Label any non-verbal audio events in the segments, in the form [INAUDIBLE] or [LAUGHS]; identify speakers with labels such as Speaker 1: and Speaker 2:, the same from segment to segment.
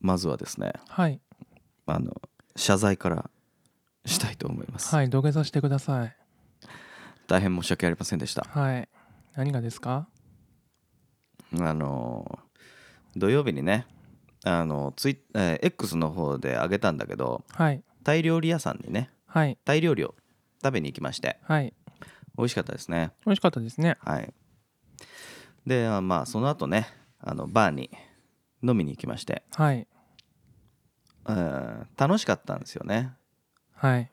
Speaker 1: まずはですね
Speaker 2: はい
Speaker 1: あの謝罪からしたいと思います、
Speaker 2: はい土下座してください
Speaker 1: 大変申し訳ありませんでした
Speaker 2: はい何がですか
Speaker 1: あの土曜日にねあのツイ、えー X の方であげたんだけど
Speaker 2: はい
Speaker 1: タイ料理屋さんにね
Speaker 2: はい
Speaker 1: タイ料理を食べに行きまして
Speaker 2: はい
Speaker 1: 美味しかったですね
Speaker 2: 美味しかったですね
Speaker 1: はいであまあその後ねあのバーに飲みに行きまして、
Speaker 2: はい
Speaker 1: うん、楽しかったんですよね
Speaker 2: はい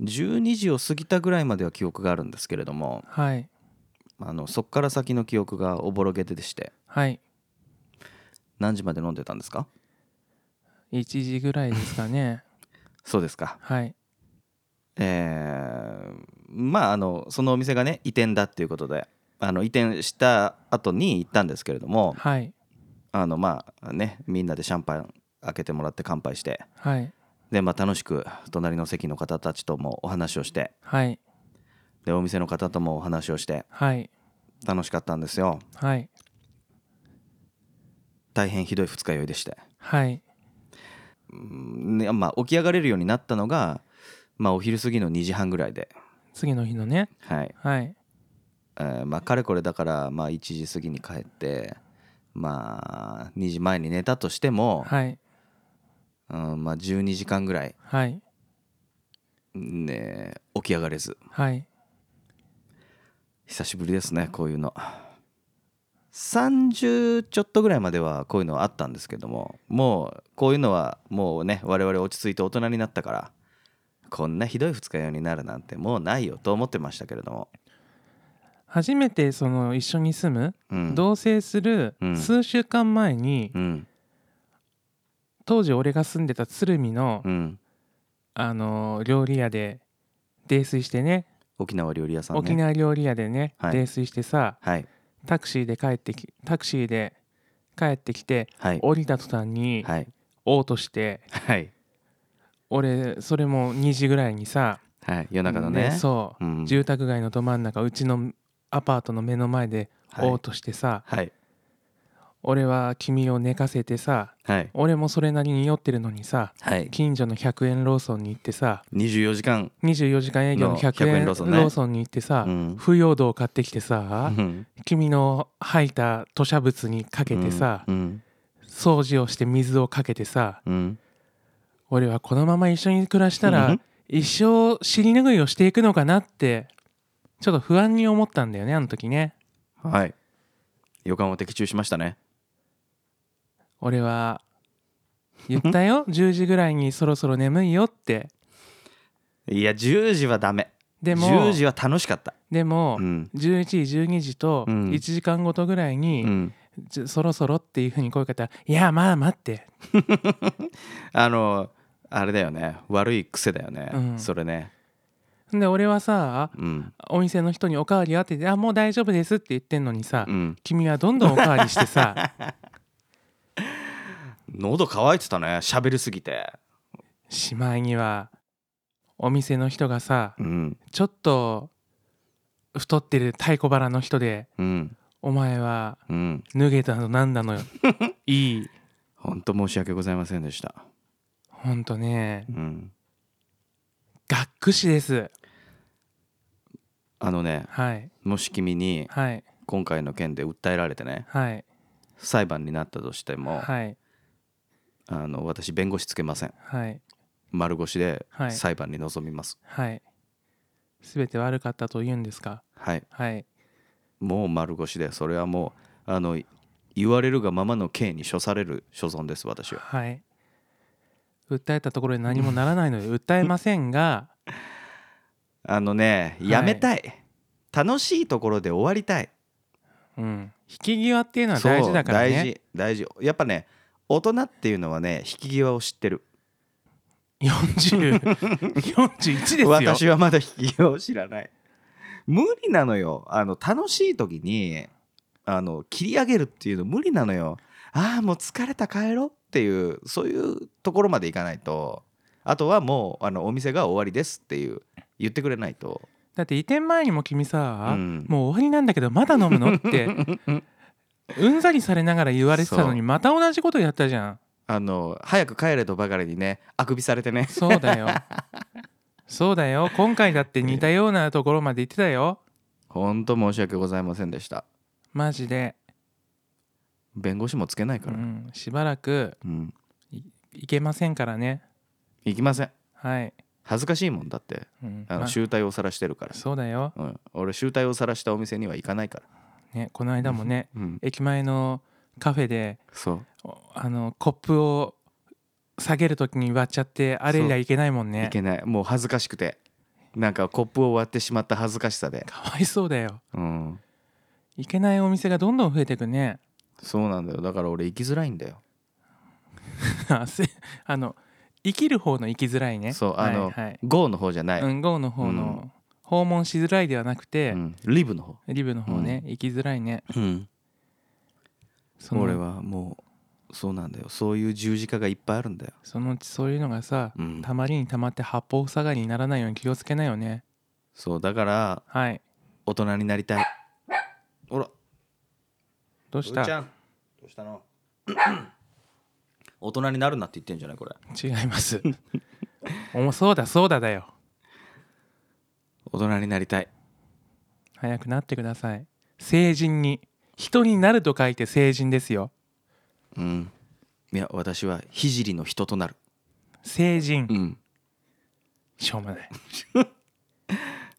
Speaker 1: 12時を過ぎたぐらいまでは記憶があるんですけれども
Speaker 2: はい
Speaker 1: あのそっから先の記憶がおぼろげでして
Speaker 2: はい
Speaker 1: 何時まで飲んでたんですか
Speaker 2: 1時ぐらいですかね
Speaker 1: そうですか
Speaker 2: はい
Speaker 1: えーまああのそのお店がね移転だっていうことであの移転した後に行ったんですけれども
Speaker 2: はい
Speaker 1: あのまあねみんなでシャンパン開けてもらって乾杯して
Speaker 2: はい
Speaker 1: で、まあ、楽しく隣の席の方たちともお話をして
Speaker 2: はい
Speaker 1: でお店の方ともお話をして
Speaker 2: はい
Speaker 1: 楽しかったんですよ
Speaker 2: はい
Speaker 1: 大変ひどい二日酔いでして、
Speaker 2: はい
Speaker 1: うんねまあ、起き上がれるようになったのが、まあ、お昼過ぎの2時半ぐらいで、
Speaker 2: 次の日のね
Speaker 1: はい
Speaker 2: はい
Speaker 1: えーまあ、かれこれだから、まあ、1時過ぎに帰って、まあ、2時前に寝たとしても、
Speaker 2: はい
Speaker 1: うんまあ、12時間ぐらい、
Speaker 2: はい
Speaker 1: ね、起き上がれず
Speaker 2: はい
Speaker 1: 久しぶりですねこういうの30ちょっとぐらいまではこういうのはあったんですけどももうこういうのはもうね我々落ち着いて大人になったからこんなひどい二日酔いになるなんてもうないよと思ってましたけれども、
Speaker 2: 初めてその一緒に住
Speaker 1: う
Speaker 2: む
Speaker 1: ん、
Speaker 2: 同棲する
Speaker 1: うん
Speaker 2: 数週間前に
Speaker 1: うん
Speaker 2: 当時俺が住んでた鶴見の
Speaker 1: うん
Speaker 2: あのー料理屋で泥酔してね
Speaker 1: 沖縄料理屋さんね
Speaker 2: 沖縄料理屋でね
Speaker 1: はい
Speaker 2: 泥酔してさ
Speaker 1: はい
Speaker 2: タクシーで帰ってきタクシーで帰ってきて
Speaker 1: はい
Speaker 2: 降りた途端に
Speaker 1: はい
Speaker 2: 嘔吐して
Speaker 1: はい
Speaker 2: 俺それも2時ぐらいにさ
Speaker 1: はい夜中のね
Speaker 2: でそう
Speaker 1: うん
Speaker 2: 住宅街のど真ん中うちのアパートの目の前で
Speaker 1: はい
Speaker 2: 嘔吐してさ
Speaker 1: はい
Speaker 2: 俺は君を寝かせてさ
Speaker 1: はい
Speaker 2: 俺もそれなりに酔ってるのにさ
Speaker 1: はい
Speaker 2: 近所の100円ローソンに行ってさ
Speaker 1: 24時間
Speaker 2: 24時間営業の
Speaker 1: の
Speaker 2: 100
Speaker 1: 100
Speaker 2: 円
Speaker 1: 円
Speaker 2: ロ
Speaker 1: ロー
Speaker 2: ーソ
Speaker 1: ソ
Speaker 2: ン,、
Speaker 1: ンね
Speaker 2: に行ってさ、
Speaker 1: うん
Speaker 2: 腐葉土を買ってきてさ、
Speaker 1: うん
Speaker 2: 君の吐いた吐砂物にかけてさ、
Speaker 1: うん
Speaker 2: 掃除をして水をかけてさ
Speaker 1: うん
Speaker 2: 俺はこのまま一緒に暮らしたら、
Speaker 1: うん
Speaker 2: 一生尻拭いをしていくのかなってちょっと不安に思ったんだよねあの時ね
Speaker 1: はい予感を的中しましたね
Speaker 2: 俺は言ったよ10時ぐらいにそろそろ眠いよって
Speaker 1: いや10時はダメ
Speaker 2: でも
Speaker 1: 10時は楽しかった
Speaker 2: でも、
Speaker 1: うん
Speaker 2: 11時12時と
Speaker 1: うん
Speaker 2: 1時間ごとぐらいに、
Speaker 1: うん
Speaker 2: じゃそろそろっていうふうに声かけたら「いやまあ待って
Speaker 1: あのあれだよね悪い癖だよね、
Speaker 2: うん
Speaker 1: それね」
Speaker 2: んで俺はさ
Speaker 1: うん
Speaker 2: お店の人に「おかわりあってて「あもう大丈夫です」って言ってんのにさ、
Speaker 1: うん
Speaker 2: 君はどんどんおかわりして
Speaker 1: [LAUGHS]
Speaker 2: さ
Speaker 1: 喉乾いてたね喋りすぎて
Speaker 2: しまいにはお店の人がさ
Speaker 1: うん
Speaker 2: ちょっと太ってる太鼓腹の人で
Speaker 1: うん
Speaker 2: 「お前は
Speaker 1: うん
Speaker 2: 脱げたのなんだ
Speaker 1: [LAUGHS]
Speaker 2: のよ」いい
Speaker 1: 本当申し訳ございませんでした
Speaker 2: ほんとね
Speaker 1: うん
Speaker 2: がっくしです
Speaker 1: あのね
Speaker 2: はい
Speaker 1: もし君に
Speaker 2: はい
Speaker 1: 今回の件で訴えられてね
Speaker 2: はい
Speaker 1: 裁判になったとしても、
Speaker 2: はい
Speaker 1: あの私弁護士つけません
Speaker 2: はい
Speaker 1: 丸腰で
Speaker 2: はい
Speaker 1: 裁判に臨みます
Speaker 2: はい全て悪かったと言うんですか
Speaker 1: はい
Speaker 2: はい
Speaker 1: もう丸腰でそれはもうあの言われるがままの刑に処される所存です私は
Speaker 2: はい訴えたところで何もならないので訴えませんが
Speaker 1: あのね
Speaker 2: はい
Speaker 1: やめたい、楽しいところで終わりたい
Speaker 2: うん引き際っていうのは大事だからね
Speaker 1: そう大事大事やっぱね大人っていうのはね引き際を知ってる
Speaker 2: 4041ですよ
Speaker 1: 私はまだ引き際を知らない無理なのよあの楽しい時にあの切り上げるっていうの無理なのよああもう疲れた帰ろうっていうそういうところまでいかないとあとはもうあのお店が終わりですっていう言ってくれないと、
Speaker 2: だって移転前にも君さ、
Speaker 1: うん [LAUGHS]
Speaker 2: もう終わりなんだけどまだ飲むのってうんざりされながら言われてたのに
Speaker 1: そ
Speaker 2: また同じことやったじゃん
Speaker 1: あの早く帰れとばかりにねあくびされてね
Speaker 2: そう
Speaker 1: [LAUGHS]
Speaker 2: だよそうだよ今回だって似たようなところまで行ってたよ
Speaker 1: ほんと申し訳ございませんでした
Speaker 2: マジで、
Speaker 1: 弁護士もつけないうから、うん
Speaker 2: ん、しばらく行けませんからね
Speaker 1: 行きません
Speaker 2: はい、
Speaker 1: 恥ずかしいもんだって
Speaker 2: うん
Speaker 1: あ
Speaker 2: ま
Speaker 1: の
Speaker 2: あ
Speaker 1: 集体を晒してるから、
Speaker 2: そうだよ、
Speaker 1: うん、俺集体を晒したお店には行かないから、
Speaker 2: ね、この間もね
Speaker 1: うん、
Speaker 2: 駅前のカフェで
Speaker 1: そう
Speaker 2: おあのコップを下げるときに割っちゃってあれ以来いけないもん
Speaker 1: い
Speaker 2: ね
Speaker 1: けないもう恥ずかしくてなんかコップを割ってしまった恥ずかしさで、
Speaker 2: かわいそうだよ
Speaker 1: うん、
Speaker 2: いけないお店がどんどん増えてくね
Speaker 1: そうなんだよだから俺生きづらいんだよ
Speaker 2: あせあの生きる方の生きづらいね
Speaker 1: そうあの
Speaker 2: はいはい、
Speaker 1: GO の方じゃない、
Speaker 2: うん、GO の方の、
Speaker 1: う
Speaker 2: 訪問しづらいではなくて、
Speaker 1: うんリブの方、
Speaker 2: リブの方ね、行きづらいね
Speaker 1: うん、
Speaker 2: その
Speaker 1: 俺はもうそうなんだよそういう十字架がいっぱいあるんだよ、
Speaker 2: そのうちそういうのがさ、
Speaker 1: うん、
Speaker 2: たまりにたまって八方塞がりにならないように気をつけなよね
Speaker 1: そうだから
Speaker 2: はい
Speaker 1: 大人になりたいほら
Speaker 2: どうした
Speaker 1: うーちゃんどうしたの [CLEARS THROAT] 大人になるなって言ってんじゃないこれ
Speaker 2: 違いますおもそうだそうだだよ
Speaker 1: 大人になりたい
Speaker 2: 早くなってください成人に人になると書いて成人ですよ
Speaker 1: うんいや私は聖の人となる
Speaker 2: 成人、
Speaker 1: うん
Speaker 2: しょうもない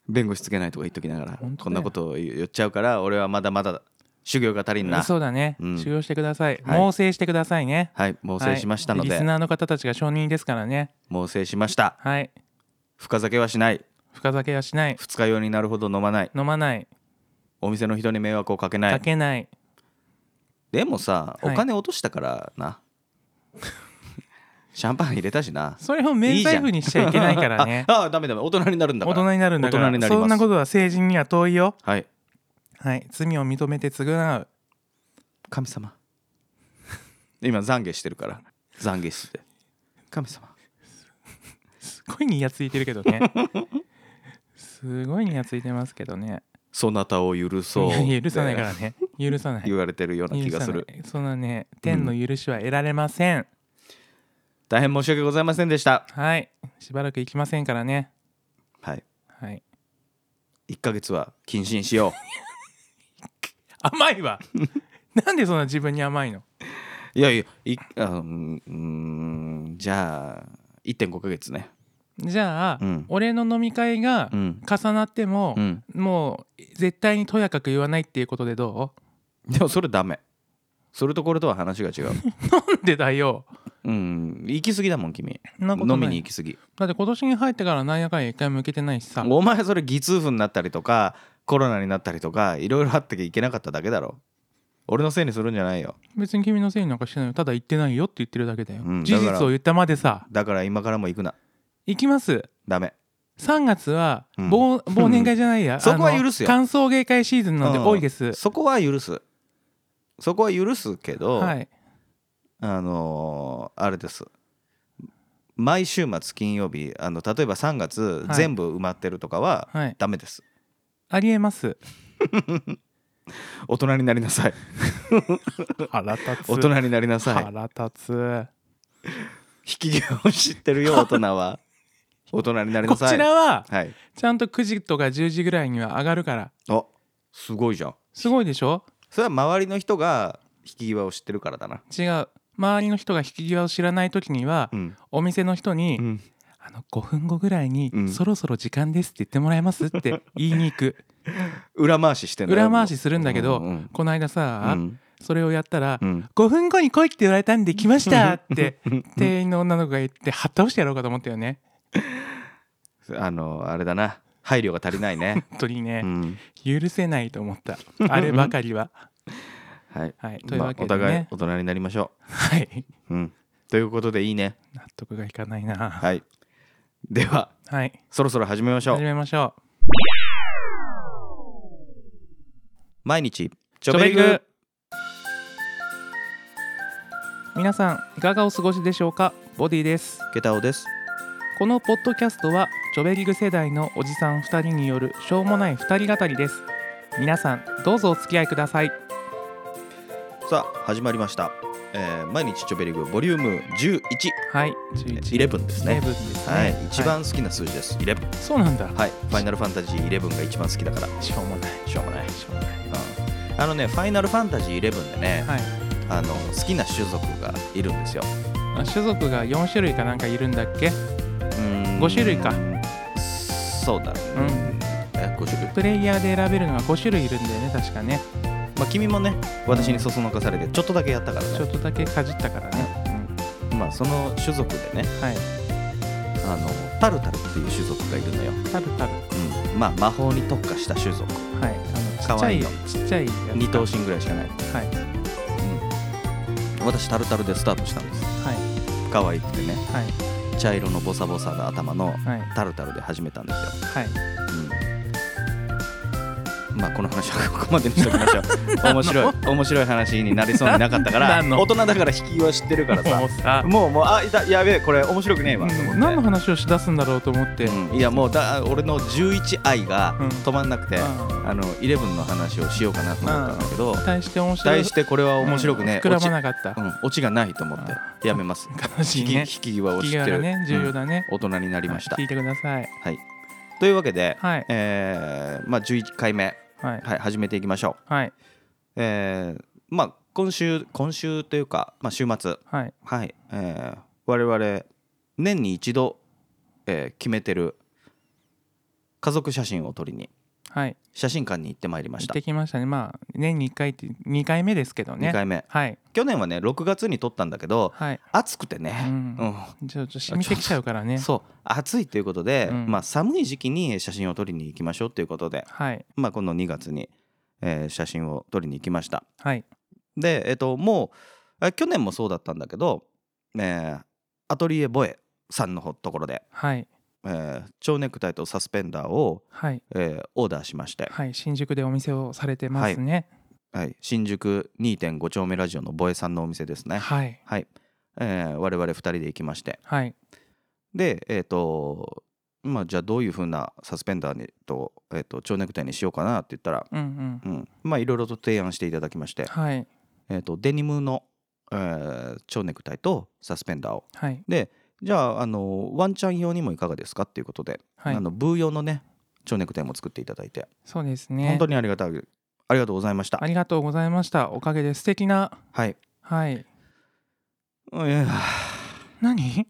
Speaker 1: 弁護士つけないとか言っときながら
Speaker 2: 本当だよ
Speaker 1: こんなことを言っちゃうから俺はまだまだ修行が足りんな
Speaker 2: そうだね、
Speaker 1: うん
Speaker 2: 修行してください
Speaker 1: はい
Speaker 2: 猛省してくださいね
Speaker 1: はい猛省しましたの
Speaker 2: はい
Speaker 1: で、
Speaker 2: リスナーの方たちが承認ですからね
Speaker 1: 猛省しました
Speaker 2: はい
Speaker 1: 深酒はしない
Speaker 2: 深酒はしない
Speaker 1: 二日酔いになるほど飲まない
Speaker 2: 飲まない
Speaker 1: お店の人に迷惑をかけな
Speaker 2: か
Speaker 1: い
Speaker 2: けない
Speaker 1: でもさお
Speaker 2: はい
Speaker 1: 金落としたからな [LAUGHS] シャンパン入れたしな
Speaker 2: それを免罪符にしちゃいけないからね
Speaker 1: ああダメダメ大人になるんだか
Speaker 2: 大
Speaker 1: ら
Speaker 2: 人になるんだから
Speaker 1: 大人になります
Speaker 2: そんなことは成人には遠いよ
Speaker 1: はい
Speaker 2: はい罪を認めて償う
Speaker 1: 神様今懺悔してるから懺悔して神様
Speaker 2: すごいニヤついてるけどね
Speaker 1: [LAUGHS]
Speaker 2: すごいニヤついてますけどね
Speaker 1: そなたを許そう
Speaker 2: いや許さないからね許さな
Speaker 1: っ
Speaker 2: い
Speaker 1: て言われてるような気が
Speaker 2: 許
Speaker 1: す
Speaker 2: さな
Speaker 1: る
Speaker 2: いそんなね天の許しは得られません、
Speaker 1: 大変申し訳ございませんでした
Speaker 2: はいしばらく行きませんからね
Speaker 1: はい
Speaker 2: はい
Speaker 1: 1ヶ月は謹慎しよ
Speaker 2: 甘
Speaker 1: [LAUGHS]
Speaker 2: いわなんでそんな自分に甘いの
Speaker 1: う [LAUGHS] いやいやいあうんうんじゃあ1.5ヶ月ね
Speaker 2: じゃあ、
Speaker 1: うん
Speaker 2: 俺の飲み会が
Speaker 1: うん
Speaker 2: 重なっても、
Speaker 1: うん
Speaker 2: もう絶対にとやかく言わないっていうことでど
Speaker 1: でもそれダメそれとこれとは話が違う [LAUGHS]
Speaker 2: う [LAUGHS] なんでだよ
Speaker 1: うん行き過ぎだもん君
Speaker 2: そんなことな
Speaker 1: 飲
Speaker 2: い
Speaker 1: みに行き過ぎ
Speaker 2: だって今年に入ってからなんやかんや一回も受けてないしさ
Speaker 1: お前それ偽痛風になったりとかコロナになったりとかいろいろあっていけなかっただけだろ俺のせいにするんじゃないよ
Speaker 2: 別に君のせいになんかしてないよただ言ってないよって言ってるだけだよ、
Speaker 1: うん
Speaker 2: 事
Speaker 1: だか
Speaker 2: 実
Speaker 1: ら
Speaker 2: を言ったまでさ
Speaker 1: だから今からも行くな
Speaker 2: 行きます
Speaker 1: ダメ
Speaker 2: 3月は
Speaker 1: うん
Speaker 2: 忘,、忘年会じゃないや
Speaker 1: そこは許すよ
Speaker 2: あの歓送迎会シーズンなので
Speaker 1: うん
Speaker 2: 多いです、
Speaker 1: そこは許すそこは許すけど、
Speaker 2: はい
Speaker 1: あのーあれです毎週末金曜日あの例えば3月
Speaker 2: はい
Speaker 1: 全部埋まってるとかは
Speaker 2: はい
Speaker 1: ダメです、
Speaker 2: ありえます
Speaker 1: 大人になりなさい
Speaker 2: 腹立
Speaker 1: [LAUGHS]
Speaker 2: つ
Speaker 1: 大人になりなさい
Speaker 2: 腹立つ
Speaker 1: 引き際を知ってる
Speaker 2: [LAUGHS]
Speaker 1: よ大人は大人になり
Speaker 2: こ
Speaker 1: なさい
Speaker 2: ちらは
Speaker 1: はい
Speaker 2: ちゃんと9時とか10時ぐらいには上がるから
Speaker 1: あすごいじゃん
Speaker 2: すごいでしょ
Speaker 1: それは周りの人が引き際を知ってるからだな
Speaker 2: 違う周りの人が引き際を知らない時には、
Speaker 1: うん、
Speaker 2: お店の人に、あの5分後ぐらいに、
Speaker 1: うん
Speaker 2: そろそろ時間です」って言ってもらえますって言いに
Speaker 1: [LAUGHS]
Speaker 2: 行く
Speaker 1: 裏回ししてんだよ
Speaker 2: 裏回しするんだけど
Speaker 1: うんうん
Speaker 2: この間さ、
Speaker 1: うん
Speaker 2: それをやったら、
Speaker 1: うん
Speaker 2: 5分後に来いって言われたんで来ましたって店員の女の子が言ってはった押してやろうかと思ったよね
Speaker 1: あのあれだな配慮が足りないね
Speaker 2: 本当に [LAUGHS] ね
Speaker 1: う、ん
Speaker 2: 許せないと思ったあればかりは
Speaker 1: はい
Speaker 2: はいというわ
Speaker 1: まあ
Speaker 2: けで
Speaker 1: お互い
Speaker 2: ね、
Speaker 1: 大人になりましょ
Speaker 2: はい、
Speaker 1: う、うん、ということでいいね
Speaker 2: 納得がいかないなは、
Speaker 1: はいではいそろそろ始めましょ
Speaker 2: 始
Speaker 1: う
Speaker 2: めましょう
Speaker 1: 毎日ち
Speaker 2: ちょべぐ皆さんいかがお過ごしでしょうかボディです
Speaker 1: ケタオです
Speaker 2: このポッドキャストはチョベリグ世代のおじさん2人によるしょうもない2人語りです皆さんどうぞお付き合いください
Speaker 1: さあ始まりました、えー毎日チョベリグボリューム11
Speaker 2: はい11
Speaker 1: 11ですね
Speaker 2: 11ですね
Speaker 1: はい、一番好きな数字です11
Speaker 2: そうなんだ
Speaker 1: はいファイナルファンタジー11が一番好きだから
Speaker 2: しょうもない
Speaker 1: しょうがない
Speaker 2: しょうもない
Speaker 1: うんあのねファイナルファンタジー11でね、
Speaker 2: はい
Speaker 1: あの好きな種族がいるんですよ
Speaker 2: あ種族が4種類かなんかいるんだっけ
Speaker 1: 5
Speaker 2: 5種類か
Speaker 1: そうだね、
Speaker 2: うん
Speaker 1: え5種類、
Speaker 2: プレイヤーで選べるのが5種類いるんだよね確かね
Speaker 1: まあ、君もね私にそそのかされてちょっとだけやったから
Speaker 2: ちょ
Speaker 1: ね
Speaker 2: っとだけかじったからね、
Speaker 1: まあその種族でね
Speaker 2: うん、はい
Speaker 1: あのタルタルっていう種族がいるのよ、
Speaker 2: タルタル
Speaker 1: うん、まあ魔法に特化した種族
Speaker 2: はいあのちっ
Speaker 1: 可
Speaker 2: ちゃ
Speaker 1: 愛い
Speaker 2: い
Speaker 1: の
Speaker 2: ちっちゃいやつ
Speaker 1: 二頭身ぐらいしかない、
Speaker 2: はい
Speaker 1: うん、私タルタルでスタートしたんです
Speaker 2: はい
Speaker 1: 可愛くてね
Speaker 2: はい
Speaker 1: 茶色のボサボサな頭の
Speaker 2: はい
Speaker 1: タルタルで始めたんですよ
Speaker 2: はい
Speaker 1: うんまあこの話はここまでにしときましょ
Speaker 2: [LAUGHS]
Speaker 1: う面白い面白い話になりそうになかったから
Speaker 2: 何の
Speaker 1: 大人だから引きは知ってるから
Speaker 2: も
Speaker 1: さ
Speaker 2: うさ
Speaker 1: もうもうあいたやべえこれ面白くねえわと思って、
Speaker 2: うん何の話をしだすんだろうと思って、
Speaker 1: うんいやもうだ俺の11愛が
Speaker 2: うん
Speaker 1: 止まんなくて、
Speaker 2: うん
Speaker 1: あの11の話をしようかなと思ったんだけど、
Speaker 2: 対して面白い
Speaker 1: 対してこれは面白くね、
Speaker 2: うん膨ら
Speaker 1: オチ
Speaker 2: まなかった、
Speaker 1: うん、オチがないと思ってやめ
Speaker 2: [LAUGHS]
Speaker 1: ます
Speaker 2: 悲しいね
Speaker 1: 引き引き際を知
Speaker 2: 引
Speaker 1: って
Speaker 2: き際が
Speaker 1: る、
Speaker 2: ね重要だね、
Speaker 1: うん大人になりました、
Speaker 2: はい聞いてください
Speaker 1: はい、というわけで、
Speaker 2: はい
Speaker 1: えーまあ、11回目、
Speaker 2: はい
Speaker 1: はい、始めていきましょう、
Speaker 2: はい
Speaker 1: えーまあ、今週今週というか、まあ、週末、
Speaker 2: はい
Speaker 1: はいえー我々年に一度、えー決めてる家族写真を撮りに
Speaker 2: はい
Speaker 1: 写真館に行ってまいりま
Speaker 2: 行
Speaker 1: し、
Speaker 2: ったてきましたねまあ年に1回って2回目ですけど
Speaker 1: 2
Speaker 2: ね
Speaker 1: 回目
Speaker 2: はい
Speaker 1: 去年はね6月に撮ったんだけど
Speaker 2: はい
Speaker 1: 暑くてね、
Speaker 2: うんちょっと染みてきちゃうから
Speaker 1: う
Speaker 2: ね
Speaker 1: んそう暑いということで、
Speaker 2: うん
Speaker 1: まあ、寒い時期に写真を撮りに行きましょうということで、
Speaker 2: はい
Speaker 1: まあ、この2月に、えー写真を撮りに行きました
Speaker 2: はい
Speaker 1: で、えっと、もうあ去年もそうだったんだけど、えーアトリエボエさんのほところで、
Speaker 2: はい
Speaker 1: えー蝶ネクタイとサスペンダーを、
Speaker 2: はい
Speaker 1: えーオーダーしまして、
Speaker 2: はい新宿でお店をされてますね
Speaker 1: はい、新宿2.5丁目ラジオのボエさんのお店ですね。
Speaker 2: はい
Speaker 1: はいえー我々2人で行きまして
Speaker 2: はい
Speaker 1: でえっ、とまあじゃあどういう風なサスペンダーにと,、えー、と蝶ネクタイにしようかなって言ったら、
Speaker 2: うんうん
Speaker 1: うん、まあいろいろと提案していただきまして、
Speaker 2: はい
Speaker 1: えー、とデニムの、えー蝶ネクタイとサスペンダーを
Speaker 2: はい
Speaker 1: でじゃああのワンちゃん用にもいかがですかっていうことで、
Speaker 2: はい
Speaker 1: あのブー用のね蝶ネクタイも作っていただいて、
Speaker 2: そうですね
Speaker 1: 本当にありがたいありがとうございました
Speaker 2: ありがとうございましたおかげで素敵な
Speaker 1: はい
Speaker 2: はい
Speaker 1: うんいや
Speaker 2: 何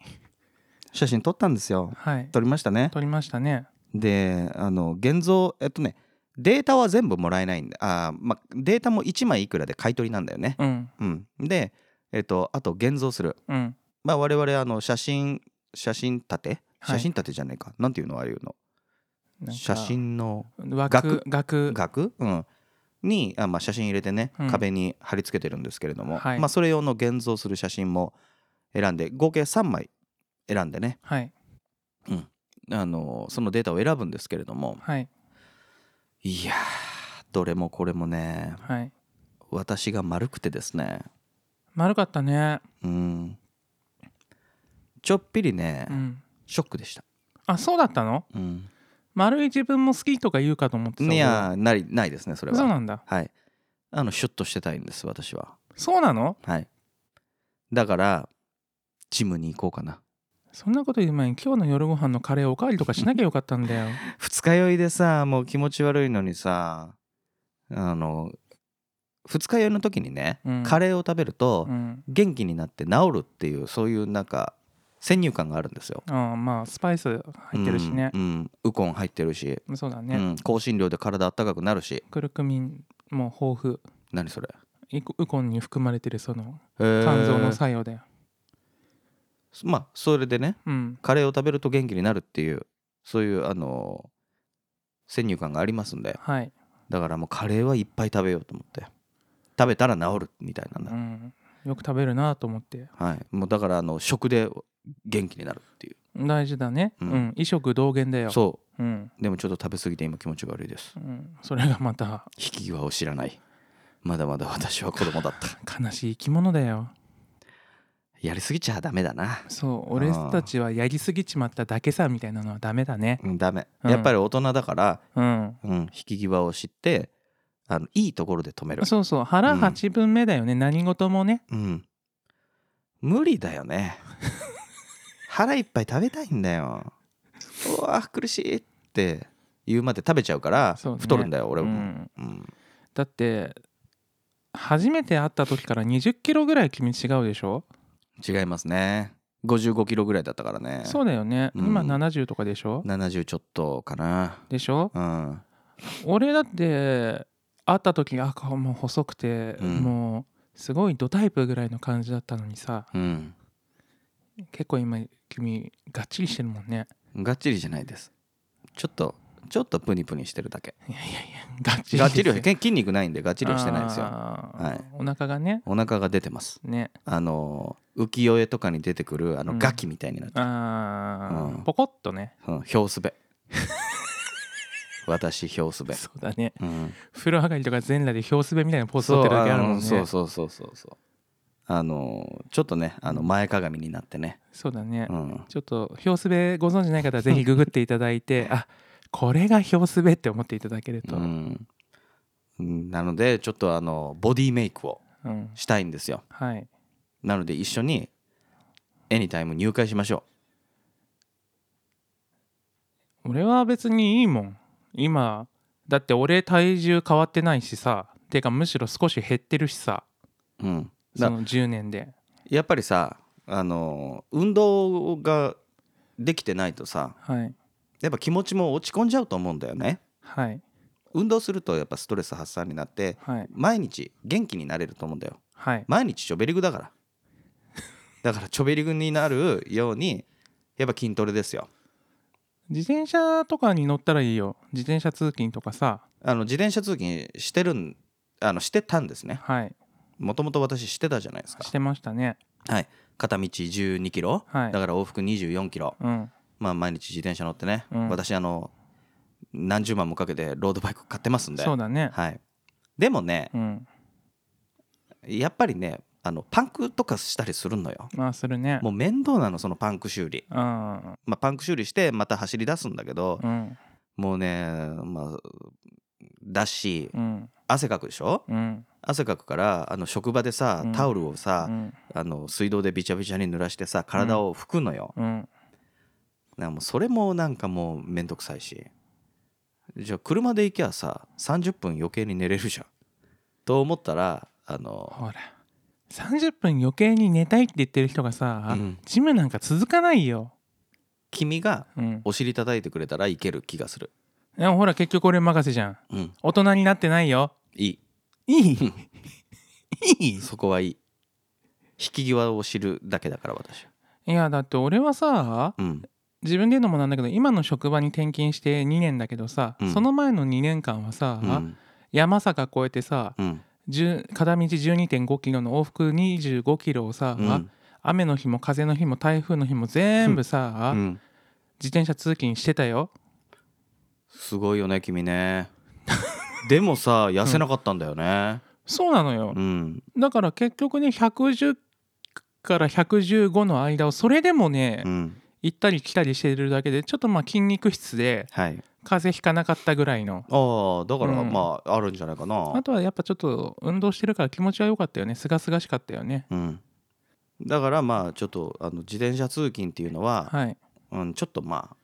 Speaker 1: 写真撮ったんですよ
Speaker 2: はい
Speaker 1: 撮りましたね
Speaker 2: 撮りましたね
Speaker 1: であの現像えっとねデータは全部もらえないんであー、まあ、データも1枚いくらで買い取りなんだよね、
Speaker 2: うん
Speaker 1: うん、でえっとあと現像する
Speaker 2: うん
Speaker 1: まあ我々あの写真写真立て
Speaker 2: はい
Speaker 1: 写真立てじゃねえか、なんていうのああいうの
Speaker 2: なんか
Speaker 1: 写真の
Speaker 2: 枠額
Speaker 1: 額、うん、にあ、まあ、写真入れてね、
Speaker 2: うん
Speaker 1: 壁に貼り付けてるんですけれども、
Speaker 2: はい
Speaker 1: まあ、それ用の現像する写真も選んで合計3枚選んでね、
Speaker 2: はい
Speaker 1: あのーそのデータを選ぶんですけれども
Speaker 2: はい
Speaker 1: いやーどれもこれもね
Speaker 2: はい
Speaker 1: 私が丸くてですね
Speaker 2: 丸かったね
Speaker 1: うんちょっぴりね、
Speaker 2: うん
Speaker 1: ショックでした、
Speaker 2: あそうだったの
Speaker 1: うん、
Speaker 2: 丸い自分も好きとか言うかと思ってた
Speaker 1: いやーないないですねそれ
Speaker 2: 俺
Speaker 1: は
Speaker 2: そうなんだ
Speaker 1: はいあのシュッとしてたいんです私は
Speaker 2: そうなの
Speaker 1: はいだからジムに行こうかな
Speaker 2: そんなこと言う前に今日の夜ご飯のカレーおかわりとかしなきゃよかったんだよ
Speaker 1: 二日酔いでさもう気持ち悪いのにさあの二日酔いの時にね、
Speaker 2: うん
Speaker 1: カレーを食べると
Speaker 2: うん
Speaker 1: 元気になって治るっていうそういうなんか先入観があるんですよ
Speaker 2: ああまあスパイス入ってるしね
Speaker 1: う、ん、うんウコン入ってるし、
Speaker 2: そうだ
Speaker 1: う
Speaker 2: ね、
Speaker 1: ん、香辛料で体あったかくなるし
Speaker 2: クルクミンも豊富
Speaker 1: 何それ
Speaker 2: イコウコンに含まれてるその
Speaker 1: 肝
Speaker 2: 肝臓の作用だよ、
Speaker 1: まあそれでね
Speaker 2: うん
Speaker 1: カレーを食べると元気になるっていうそういうあの先入観がありますんで
Speaker 2: はい、
Speaker 1: だからもうカレーはいっぱい食べようと思って食べたら治るみたいなね
Speaker 2: うん、よく食べるなと思って
Speaker 1: はい、もうだからあの食で元気になるっていう
Speaker 2: 大事だね
Speaker 1: う
Speaker 2: うんん、衣食同源だよ、
Speaker 1: そう
Speaker 2: ん
Speaker 1: うでもちょっと食べ過ぎて今気持ちが悪いです
Speaker 2: うん、それがまた
Speaker 1: 引き際を知らないまだまだ私は子供だった
Speaker 2: 悲しい生き物だよ
Speaker 1: [LAUGHS] やりすぎちゃダメだな
Speaker 2: そう俺たちはやりすぎちまっただけさみたいなのはダメだね
Speaker 1: うんダメ
Speaker 2: うん
Speaker 1: やっぱり大人だから、
Speaker 2: うん
Speaker 1: うん、引き際を知ってあのいいところで止める
Speaker 2: そうそう腹
Speaker 1: うん
Speaker 2: 八分目だよね、何事もね
Speaker 1: うん無理だよ [LAUGHS] ね腹いっぱい食べたいんだようわ苦しいって言うまで食べちゃうから
Speaker 2: そうね
Speaker 1: 太るんだよ俺
Speaker 2: う
Speaker 1: も、
Speaker 2: ん
Speaker 1: うん
Speaker 2: だって初めて会った時から2 0キロぐらい君違うでしょ、
Speaker 1: 違いますね55キロぐらいだったからね
Speaker 2: そうだよね、
Speaker 1: うん
Speaker 2: 今70とかでしょ
Speaker 1: 70ちょっとかな
Speaker 2: でしょ
Speaker 1: うん
Speaker 2: 俺だって会った時あ顔もう細くて、
Speaker 1: うん
Speaker 2: もうすごいドタイプぐらいの感じだったのにさ
Speaker 1: うん
Speaker 2: 結構今君がっちりしてるもんね
Speaker 1: がっちりじゃないですちょっとちょっとプニプニしてるだけ
Speaker 2: いやいやいやがっちり
Speaker 1: がっちりは
Speaker 2: ですよ
Speaker 1: け筋肉ないんでがっちりはしてないですよ
Speaker 2: あー
Speaker 1: はい
Speaker 2: お腹がね
Speaker 1: お腹が出てます
Speaker 2: ね
Speaker 1: あの浮世絵とかに出てくるあ
Speaker 2: う
Speaker 1: の
Speaker 2: ん
Speaker 1: ガキみたいになってる
Speaker 2: あー、
Speaker 1: うん
Speaker 2: ポコッとね
Speaker 1: うん、表すべ私表すべ、
Speaker 2: そうだね
Speaker 1: うん、
Speaker 2: 風呂上がりとか全裸で表すべみたいなポーズ取ってるだけあるもんね
Speaker 1: そうそうそうそうそうあのちょっとねあの前かがみになってね、
Speaker 2: そうだね、
Speaker 1: うん、
Speaker 2: ちょっと表すべご存知ない方はぜひググっていただ
Speaker 1: [LAUGHS]
Speaker 2: いてあこれが表すべって思っていただけると、
Speaker 1: う
Speaker 2: うん
Speaker 1: んうんなのでちょっとあのボディメイクをしたいんですよ
Speaker 2: はい
Speaker 1: なので一緒にエニタイム入会しましょ
Speaker 2: 俺は別にいいもん今だって俺体重変わってないしさてかむしろ少し減ってるしさ
Speaker 1: う、うん、だ
Speaker 2: その10年で
Speaker 1: やっぱりさあの運動ができてないとさ
Speaker 2: はい
Speaker 1: やっぱ気持ちも落ち込んじゃうと思うんだよね
Speaker 2: はい
Speaker 1: 運動するとやっぱストレス発散になって
Speaker 2: はい
Speaker 1: 毎日元気になれると思うんだよ
Speaker 2: はい
Speaker 1: 毎日ちょべりぐだからだからちょべりぐになるようにやっぱ筋トレですよ
Speaker 2: 自転車とかに乗ったらいいよ自転車通勤とかさ
Speaker 1: あの自転車通勤してるんあのしてたんですね
Speaker 2: はい
Speaker 1: もともと私してたじゃないですか
Speaker 2: してましたね
Speaker 1: はい片道1 2キロ、
Speaker 2: はい
Speaker 1: だから往復2 4キロ
Speaker 2: うん
Speaker 1: まあ毎日自転車乗ってね、
Speaker 2: うん
Speaker 1: 私あの何十万もかけてロードバイク買ってますんで
Speaker 2: そうだね
Speaker 1: はいでもね
Speaker 2: うん
Speaker 1: やっぱりねあのパンクとかしたりするのよ
Speaker 2: まあするね
Speaker 1: もう面倒なのそのパンク修理、
Speaker 2: うん
Speaker 1: まあ、パンク修理してまた走り出すんだけど、
Speaker 2: うん
Speaker 1: もうねまあだし
Speaker 2: うん
Speaker 1: 汗かくでしょ
Speaker 2: うん
Speaker 1: 汗かくからあの職場でさ
Speaker 2: うん
Speaker 1: タオルを
Speaker 2: う
Speaker 1: さ、
Speaker 2: ん
Speaker 1: あの水道でびちゃびちゃに濡らしてさ体を拭くのよ、
Speaker 2: うん
Speaker 1: なんかもうそれもなんかもうめんどくさいしじゃあ車で行きゃさ30分余計に寝れるじゃんと思ったらあの
Speaker 2: ほら30分余計に寝たいって言ってる人がさ、
Speaker 1: うん
Speaker 2: ジムなんか続かないよ、
Speaker 1: 君が
Speaker 2: うん、
Speaker 1: お尻叩いてくれたらいける気がする
Speaker 2: でもほら結局俺任せじゃん
Speaker 1: うん
Speaker 2: 大人になってないよ
Speaker 1: い
Speaker 2: いいいい
Speaker 1: いそこはいい引き際を知るだけだから私
Speaker 2: いやだって俺はさ
Speaker 1: うん
Speaker 2: 自分で言うのもなんだけど今の職場に転勤して2年だけどさ、
Speaker 1: うん
Speaker 2: その前の2年間はさ、
Speaker 1: うん
Speaker 2: 山坂越えてさ
Speaker 1: うん
Speaker 2: 10片道12.5キロの往復25キロをさ、
Speaker 1: うん
Speaker 2: 雨の日も風の日も台風の日も全部さ、
Speaker 1: うん
Speaker 2: 自転車通勤してたよ
Speaker 1: すごいよね君ねでもさ痩せなかったんだよね
Speaker 2: そうなのよ、
Speaker 1: うん
Speaker 2: だから結局ね110から115の間をそれでもね、
Speaker 1: うん
Speaker 2: 行ったり来たりしてるだけでちょっとまあ筋肉質で
Speaker 1: はい
Speaker 2: 風邪ひかなかったぐらいの
Speaker 1: ああだから
Speaker 2: うん
Speaker 1: まああるんじゃないかな
Speaker 2: あとはやっぱちょっと運動してるから気持ちは良かったよねすがすがしかったよね
Speaker 1: うんだからまあちょっとあの自転車通勤っていうのは、
Speaker 2: はい、
Speaker 1: うん、ちょっとまあ
Speaker 2: ま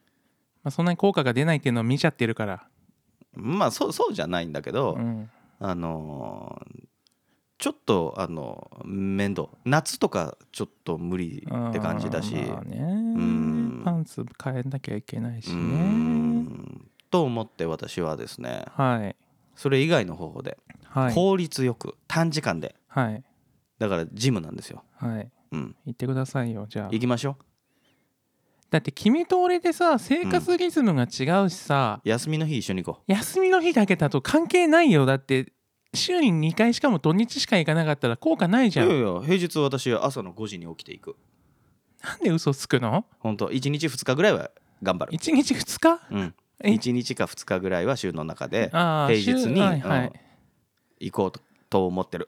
Speaker 2: あ、そんなに効果が出ないっていうのを見ちゃってるから
Speaker 1: まあそうそうじゃないんだけど、
Speaker 2: うん
Speaker 1: あのーちょっとあの面倒夏とかちょっと無理って感じだし、
Speaker 2: あーまあね
Speaker 1: ん
Speaker 2: パンツ変えなきゃいけないし
Speaker 1: う
Speaker 2: ね
Speaker 1: んと思って私はですね
Speaker 2: はい
Speaker 1: それ以外の方法で、
Speaker 2: はい
Speaker 1: 効率よく短時間で
Speaker 2: はい
Speaker 1: だからジムなんですよ、
Speaker 2: はい
Speaker 1: うん、
Speaker 2: 行ってくださいよじゃあ
Speaker 1: 行きましょ
Speaker 2: だって君と俺でさ生活リズムが違うしさ、
Speaker 1: う休みの日一緒に行こ
Speaker 2: 休みの日だけだと関係ないよだって週に2回しかも土日しか行かなかったら効果ないじ
Speaker 1: うい
Speaker 2: ゃ
Speaker 1: や
Speaker 2: ん、
Speaker 1: いや平日私朝の5時に起きていく
Speaker 2: なんで嘘つくの
Speaker 1: 本当1日2日ぐらいは頑張る、
Speaker 2: 1日2日
Speaker 1: うん、
Speaker 2: え
Speaker 1: 1日か2日ぐらいは週の中で
Speaker 2: あー
Speaker 1: 平日に
Speaker 2: 週はいは
Speaker 1: うん
Speaker 2: い
Speaker 1: 行こうとと思ってる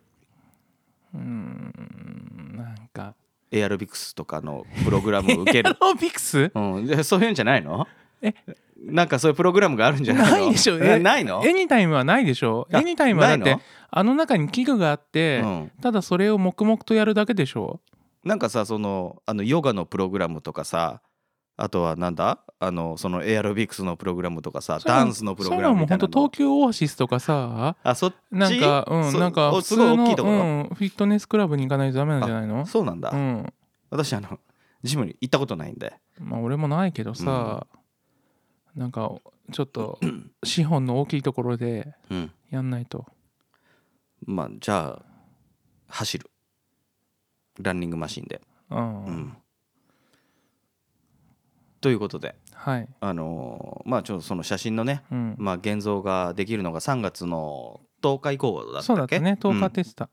Speaker 2: うーんなんか
Speaker 1: エ
Speaker 2: [LAUGHS]
Speaker 1: アロビクスとかのプログラムを受け
Speaker 2: エア
Speaker 1: る、
Speaker 2: ロビクス
Speaker 1: うん、でそういうんじゃないの
Speaker 2: え
Speaker 1: なんかそういうプログラムがあるんじゃないの
Speaker 2: ないでしょ
Speaker 1: な
Speaker 2: え
Speaker 1: ないの
Speaker 2: エニタイムはないでしょエニタイムはだっ
Speaker 1: な
Speaker 2: て
Speaker 1: い
Speaker 2: あの中に器具があって、
Speaker 1: のうん、
Speaker 2: ただそれを黙々とやるだけでしょ
Speaker 1: なんかさそのあのヨガのプログラムとかさあとはなんだあのそのエアロビクスのプログラムとかさ
Speaker 2: そういう
Speaker 1: ダ
Speaker 2: の
Speaker 1: ンスのプロ
Speaker 2: そうい
Speaker 1: グ
Speaker 2: う
Speaker 1: ラ
Speaker 2: の
Speaker 1: ム
Speaker 2: も
Speaker 1: みたい
Speaker 2: 本
Speaker 1: な
Speaker 2: 当
Speaker 1: の
Speaker 2: 東急オアシスとかさ
Speaker 1: あそっち
Speaker 2: なんかう
Speaker 1: そ
Speaker 2: んなんか
Speaker 1: お
Speaker 2: 普
Speaker 1: す
Speaker 2: 通
Speaker 1: ごい
Speaker 2: の
Speaker 1: 大きいところ、
Speaker 2: うん、フィットネスクラブに行かないとダメなんじゃないの
Speaker 1: そうなんだ、
Speaker 2: うん
Speaker 1: 私あのジムに行ったことないんで
Speaker 2: まあ俺もないけどさ、なんかちょっと資本の大きいところで
Speaker 1: うん
Speaker 2: やんないと
Speaker 1: まあじゃあ走るランニングマシンで
Speaker 2: うん、
Speaker 1: うんということで
Speaker 2: はい
Speaker 1: あのーまあちょっとその写真のね
Speaker 2: うん
Speaker 1: まあ現像ができるのが3月の10日以降だったっけ
Speaker 2: そうだったね10日
Speaker 1: う
Speaker 2: っ
Speaker 1: ん
Speaker 2: て言ってた、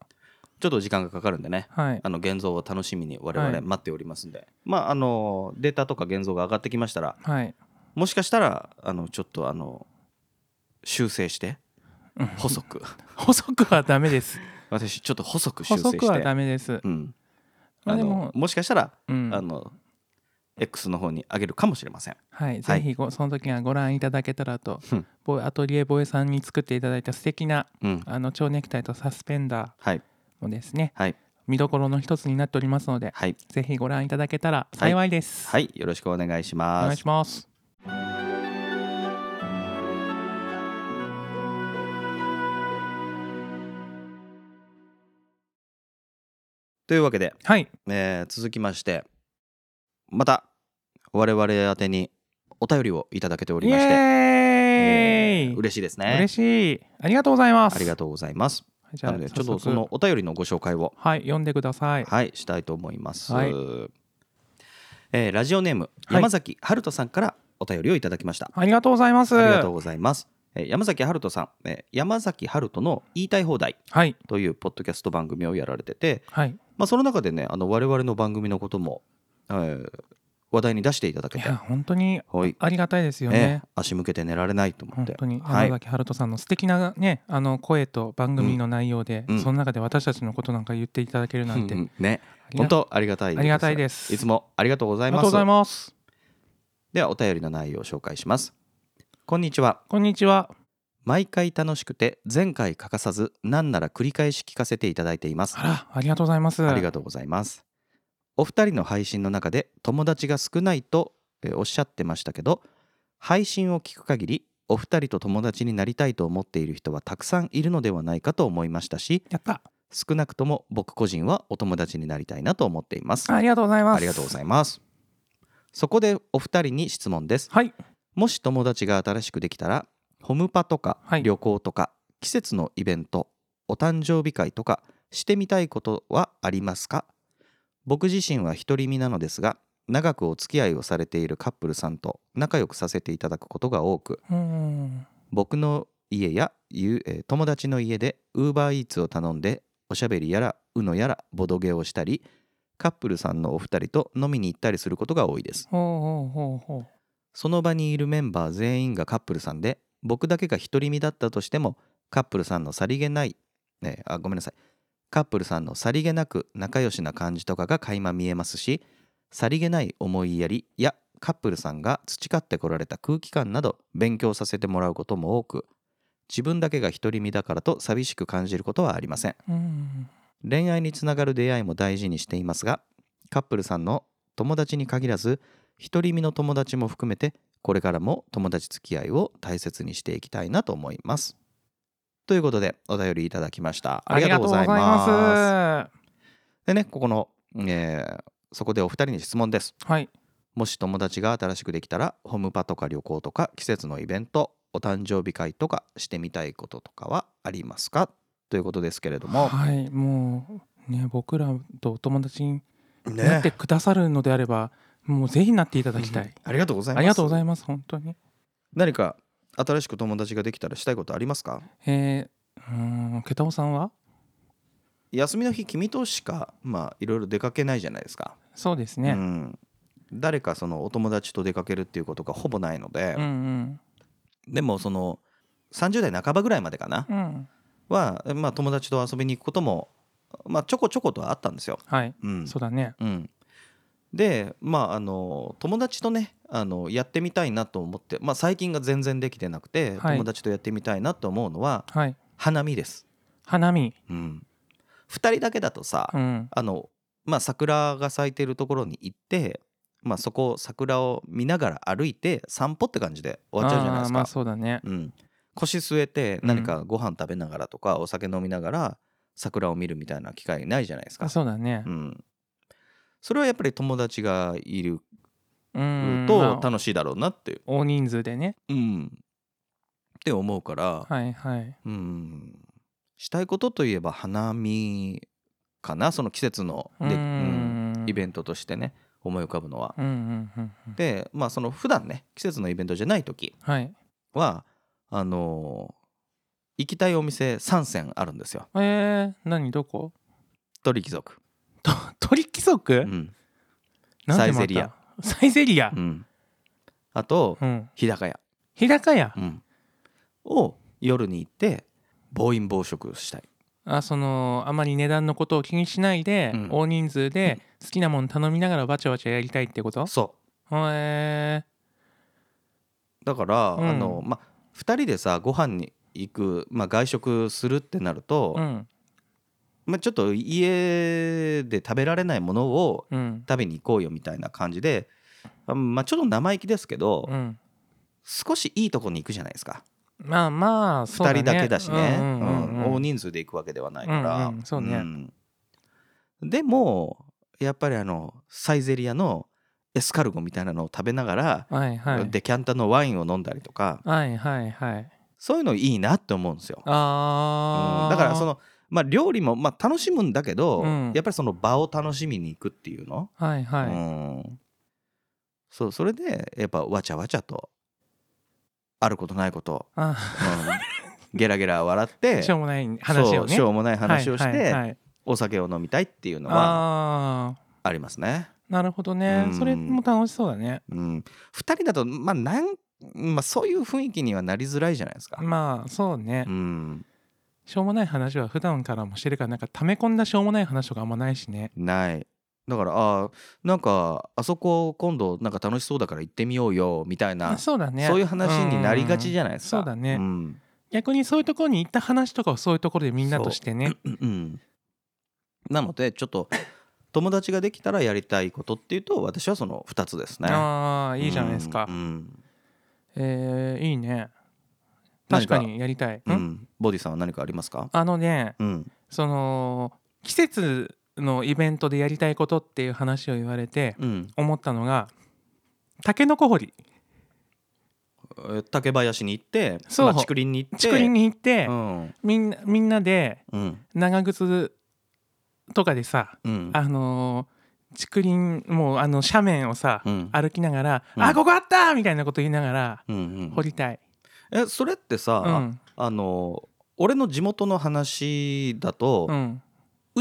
Speaker 1: ちょっと時間がかかるんでね
Speaker 2: はい
Speaker 1: あの現像を楽しみに我
Speaker 2: は
Speaker 1: 々
Speaker 2: い
Speaker 1: 待っておりますんで、まああのデータとか現像が上がってきましたら
Speaker 2: はい
Speaker 1: もしかしたらあのちょっとあの修正して
Speaker 2: うん
Speaker 1: 細く
Speaker 2: [LAUGHS] 細くはダメです
Speaker 1: 私ちょっと細 [LAUGHS] く修正
Speaker 2: 細
Speaker 1: して
Speaker 2: くはダメです、
Speaker 1: うん、
Speaker 2: ま
Speaker 1: あ
Speaker 2: あで
Speaker 1: の
Speaker 2: も
Speaker 1: もしかしたら、
Speaker 2: うん
Speaker 1: あの X の方に上げるかもしれません
Speaker 2: はい、ぜひごその時はご覧いただけたらと
Speaker 1: うん、
Speaker 2: ボエアトリエボエさんに作っていただいた素敵な
Speaker 1: うん
Speaker 2: あの蝶ネクタイとサスペンダ
Speaker 1: はい
Speaker 2: ーもですね
Speaker 1: はい
Speaker 2: 見どころの一つになっておりますので
Speaker 1: はい
Speaker 2: ぜひご覧いただけたら幸いです、
Speaker 1: はいよろしくお願いし
Speaker 2: お
Speaker 1: ま
Speaker 2: 願い
Speaker 1: す
Speaker 2: します
Speaker 1: というわけで、
Speaker 2: はい
Speaker 1: えー続きましてまた我々宛てにお便りをいただけておりまし
Speaker 2: イエ
Speaker 1: て、
Speaker 2: ーイ、
Speaker 1: 嬉しいですね
Speaker 2: 嬉しいありがとうございます
Speaker 1: ありがとうございます
Speaker 2: うじゃ
Speaker 1: な
Speaker 2: あ
Speaker 1: のでちょ
Speaker 2: 早
Speaker 1: っと
Speaker 2: 速
Speaker 1: そのお便りのご紹介を
Speaker 2: はい読んでください
Speaker 1: はい、したいと思います。
Speaker 2: はい
Speaker 1: えーラジオネーム
Speaker 2: はい
Speaker 1: 山崎春人さんからお便りをいただきました。
Speaker 2: ありがとうございます
Speaker 1: ありがとうございます。えー山崎春人さん、えー山崎春人の言いたい放題
Speaker 2: はい
Speaker 1: というポッドキャスト番組をやられてて、
Speaker 2: はい
Speaker 1: まあその中でね、あの我々の番組のことも、えー話題に出していただ
Speaker 2: い
Speaker 1: けて
Speaker 2: や、本当に
Speaker 1: はい、
Speaker 2: ありがたいですよ
Speaker 1: え
Speaker 2: ね
Speaker 1: ー、足向けて寝られないと思っ
Speaker 2: 本
Speaker 1: て
Speaker 2: 当、に
Speaker 1: は
Speaker 2: 山
Speaker 1: い、
Speaker 2: 崎春人さんの素敵なね、あの声と番組の内容で、
Speaker 1: うんうん
Speaker 2: その中で私たちのことなんか言っていただけるなんて、
Speaker 1: うんうんね、
Speaker 2: ありが
Speaker 1: 本当ありがたいです。
Speaker 2: ありがたいです
Speaker 1: いつもありがとうござ
Speaker 2: あ
Speaker 1: い
Speaker 2: り
Speaker 1: ま
Speaker 2: がとう
Speaker 1: す
Speaker 2: ご。ざいます。
Speaker 1: ではお便りの内容を紹介します。こんにちは。
Speaker 2: こんにちは。
Speaker 1: 毎回楽しくて前回欠かさずなんなら繰り返し聞かせていただいています
Speaker 2: あ
Speaker 1: あ
Speaker 2: ら、ありがとうございます。
Speaker 1: りがとうございますお二人の配信の中で友達が少ないとえーおっしゃってましたけど配信を聞く限りお二人と友達になりたいと思っている人はたくさんいるのではないかと思いましたし
Speaker 2: やった。
Speaker 1: 少なくとも僕個人はお友達になりたいなと思っています
Speaker 2: ありがとうございます。
Speaker 1: ありがとうござ
Speaker 2: い
Speaker 1: いますそこでお二人に質問です
Speaker 2: ます。はい。
Speaker 1: もし友達が新しくできたらホムパとか
Speaker 2: はい
Speaker 1: 旅行とか、季節のイベントお誕生日会とかしてみたいことはありますか僕自身は独り身なのですが長くお付き合いをされているカップルさんと仲良くさせていただくことが多く
Speaker 2: うーん。
Speaker 1: 僕の家やゆえー友達の家でウーバーイーツを頼んでおしゃべりやらうのやらボドゲをしたりカップルさんのお二人と飲みに行ったりすることが多いです
Speaker 2: ほうほうほうほ
Speaker 1: その場にいるメンバー全員がカップルさんで僕だけが独り身だったとしてもカップルさんのさりげない、えーあごめんなさいカップルさんのさりげなく仲良しな感じとかが垣間見えますしさりげない思いやりやカップルさんが培ってこられた空気感など勉強させてもらうことも多く自分だけが独り身だからと寂しく感じることはありません
Speaker 2: う。うーん。
Speaker 1: 恋愛につながる出会いも大事にしていますがカップルさんの友達に限らず独り身の友達も含めてこれからも友達付き合いを大切にしていきたいなと思いますということでお便りいただきましたありがとうございます
Speaker 2: ありがとうございま
Speaker 1: でねここの、えーそこでお二人に質問です
Speaker 2: すはい。
Speaker 1: もし友達が新しくできたらホームパとか旅行とか季節のイベントお誕生日会とかしてみたいこととかはありますかということですけれども
Speaker 2: はい、もう、ね、僕らとお友達になってくださるのであれば、もうぜひなっていただきたい。
Speaker 1: ありがとうございます
Speaker 2: ありがとうございます、本当に。
Speaker 1: 何か新しく友達ができたらしたいことありますか
Speaker 2: えー、うーん、ケタオさんは
Speaker 1: 休みの日君としかまあいろいろ出かけないじゃないですか、
Speaker 2: そうです
Speaker 1: う
Speaker 2: ね。
Speaker 1: ん、誰かそのお友達と出かけるっていうことがほぼないので
Speaker 2: うん、うん。
Speaker 1: でもその30代半ばぐらいまでかな
Speaker 2: うん。
Speaker 1: は、まあ、友達と遊びに行くことも、まあ、ちょこちょことはあったんですよ。
Speaker 2: はい。
Speaker 1: うん
Speaker 2: そうだね。
Speaker 1: うん、でまああの友達とねあのやってみたいなと思って、まあ、最近が全然できてなくて、
Speaker 2: はい
Speaker 1: 友達とやってみたいなと思うのは
Speaker 2: はい
Speaker 1: 花見です、
Speaker 2: 花見
Speaker 1: うん、2人だけだとさ、
Speaker 2: うん
Speaker 1: あのまあ桜が咲いてるところに行って、まあ、そこを桜を見ながら歩いて散歩って感じで終わっちゃうじゃないで
Speaker 2: あ
Speaker 1: す
Speaker 2: ー
Speaker 1: か、
Speaker 2: まあそうだね
Speaker 1: うん、腰据えて
Speaker 2: うん
Speaker 1: 何かご飯食べながらとか、お酒飲みながら桜を見るみたいな機会ないじゃないですか
Speaker 2: あそうだね
Speaker 1: うん、それはやっぱり友達がいる
Speaker 2: うん
Speaker 1: と
Speaker 2: まあ
Speaker 1: 楽しいだろうなって、
Speaker 2: 大人数でね
Speaker 1: うん、って思うから、
Speaker 2: はいはい
Speaker 1: うん、したいことといえば花見かなその季節の
Speaker 2: う
Speaker 1: で、
Speaker 2: ん
Speaker 1: うんイベントとしてね思い浮かぶのは。
Speaker 2: うんうんうんうん
Speaker 1: でまあその普段ね季節のイベントじゃない時
Speaker 2: はい
Speaker 1: はあのー行きたいお店3選あるんですよ
Speaker 2: えー、何ど
Speaker 1: [LAUGHS]
Speaker 2: こ
Speaker 1: 鳥貴族、
Speaker 2: と鳥貴族、
Speaker 1: うん
Speaker 2: なんでまた
Speaker 1: サイゼリア
Speaker 2: サイゼリア
Speaker 1: うん、あと
Speaker 2: うん
Speaker 1: 日高屋
Speaker 2: 日高屋
Speaker 1: うん、を夜に行って暴飲暴食したい、
Speaker 2: あそのあまり値段のことを気にしないで、
Speaker 1: うん
Speaker 2: 大人数で好きなもの頼みながらバチャバチャやりたいってこと
Speaker 1: そ
Speaker 2: へえ
Speaker 1: うだから、
Speaker 2: うん
Speaker 1: あのま2人でさご飯に行く、まあ、外食するってなると、
Speaker 2: うん
Speaker 1: まあ、ちょっと家で食べられないものを
Speaker 2: うん
Speaker 1: 食べに行こうよみたいな感じで、あまあ、ちょっと生意気ですけど、
Speaker 2: うん
Speaker 1: 少しいいとこに行くじゃないですか
Speaker 2: まあまあそう
Speaker 1: 2
Speaker 2: だ、
Speaker 1: 人
Speaker 2: ね、
Speaker 1: だけだしね
Speaker 2: うんうんうんう
Speaker 1: うんん大人数で行くわけではないから、
Speaker 2: うんうんそうね
Speaker 1: んでもやっぱりあのサイゼリアのエスカルゴみたいなのを食べながら、
Speaker 2: はいはい
Speaker 1: デキャンタのワインを飲んだりとか
Speaker 2: はいはいはい
Speaker 1: そういうのいいなって思うんですよ、う
Speaker 2: あー
Speaker 1: んだからそのまあ料理もまあ楽しむんだけど、
Speaker 2: うん
Speaker 1: やっぱりその場を楽しみに行くっていうの、
Speaker 2: はいはい、
Speaker 1: うんそうそれでやっぱわちゃわちゃとあることない
Speaker 2: [LAUGHS]
Speaker 1: こと、
Speaker 2: あ
Speaker 1: うんゲラゲラ笑って
Speaker 2: [LAUGHS] しょうもない話
Speaker 1: そ
Speaker 2: を
Speaker 1: う
Speaker 2: ね
Speaker 1: しょうもない話をして、
Speaker 2: はいはいはい
Speaker 1: お酒を飲みたいっていうのは
Speaker 2: あ
Speaker 1: ありますね。
Speaker 2: ーなるほどね
Speaker 1: うん
Speaker 2: それも楽しそうだね
Speaker 1: うん、2人だと、まあなんまあ、そういう雰囲気にはなりづらいじゃないですか。
Speaker 2: まあそうね、
Speaker 1: うん、
Speaker 2: しょうもない話は普段からもしてるからなんか溜め込んだしょうもない話とかあんまないしね
Speaker 1: ないだからあーなんかあそこ今度なんか楽しそうだから行ってみようよみたいな、
Speaker 2: そうだね
Speaker 1: そういう話になりがちじ
Speaker 2: ゃ
Speaker 1: ゃないですか。
Speaker 2: そうだね
Speaker 1: うん
Speaker 2: 逆にそういうところに行った話とかをそういうところでみんなとしてね
Speaker 1: うんうんなのでちょっと友達ができたらやりたいことっていうと私はその2つですね。
Speaker 2: ああいいじゃないですか、
Speaker 1: うんうん
Speaker 2: えーいいね
Speaker 1: 何
Speaker 2: 確
Speaker 1: か
Speaker 2: かにやりたい、
Speaker 1: うんん、ボディさんは何かありますか、
Speaker 2: あのね
Speaker 1: うん
Speaker 2: その季節のイベントでやりたいことっていう話を言われて
Speaker 1: うん、
Speaker 2: 思ったのがタケノコ掘り
Speaker 1: えー竹林に行って、
Speaker 2: そう
Speaker 1: まあ竹林に行って
Speaker 2: 竹林に行って、
Speaker 1: うん
Speaker 2: みんなみんなで
Speaker 1: うん
Speaker 2: 長靴とかでさ
Speaker 1: うん
Speaker 2: あのー竹林もうあの斜面をさ、
Speaker 1: うん
Speaker 2: 歩きながら「
Speaker 1: うん
Speaker 2: あここあった!」みたいなこと言いながら
Speaker 1: うんうん
Speaker 2: 掘りたい、
Speaker 1: えそれってさ、
Speaker 2: うん
Speaker 1: あの俺の地元の話だと、
Speaker 2: う
Speaker 1: うん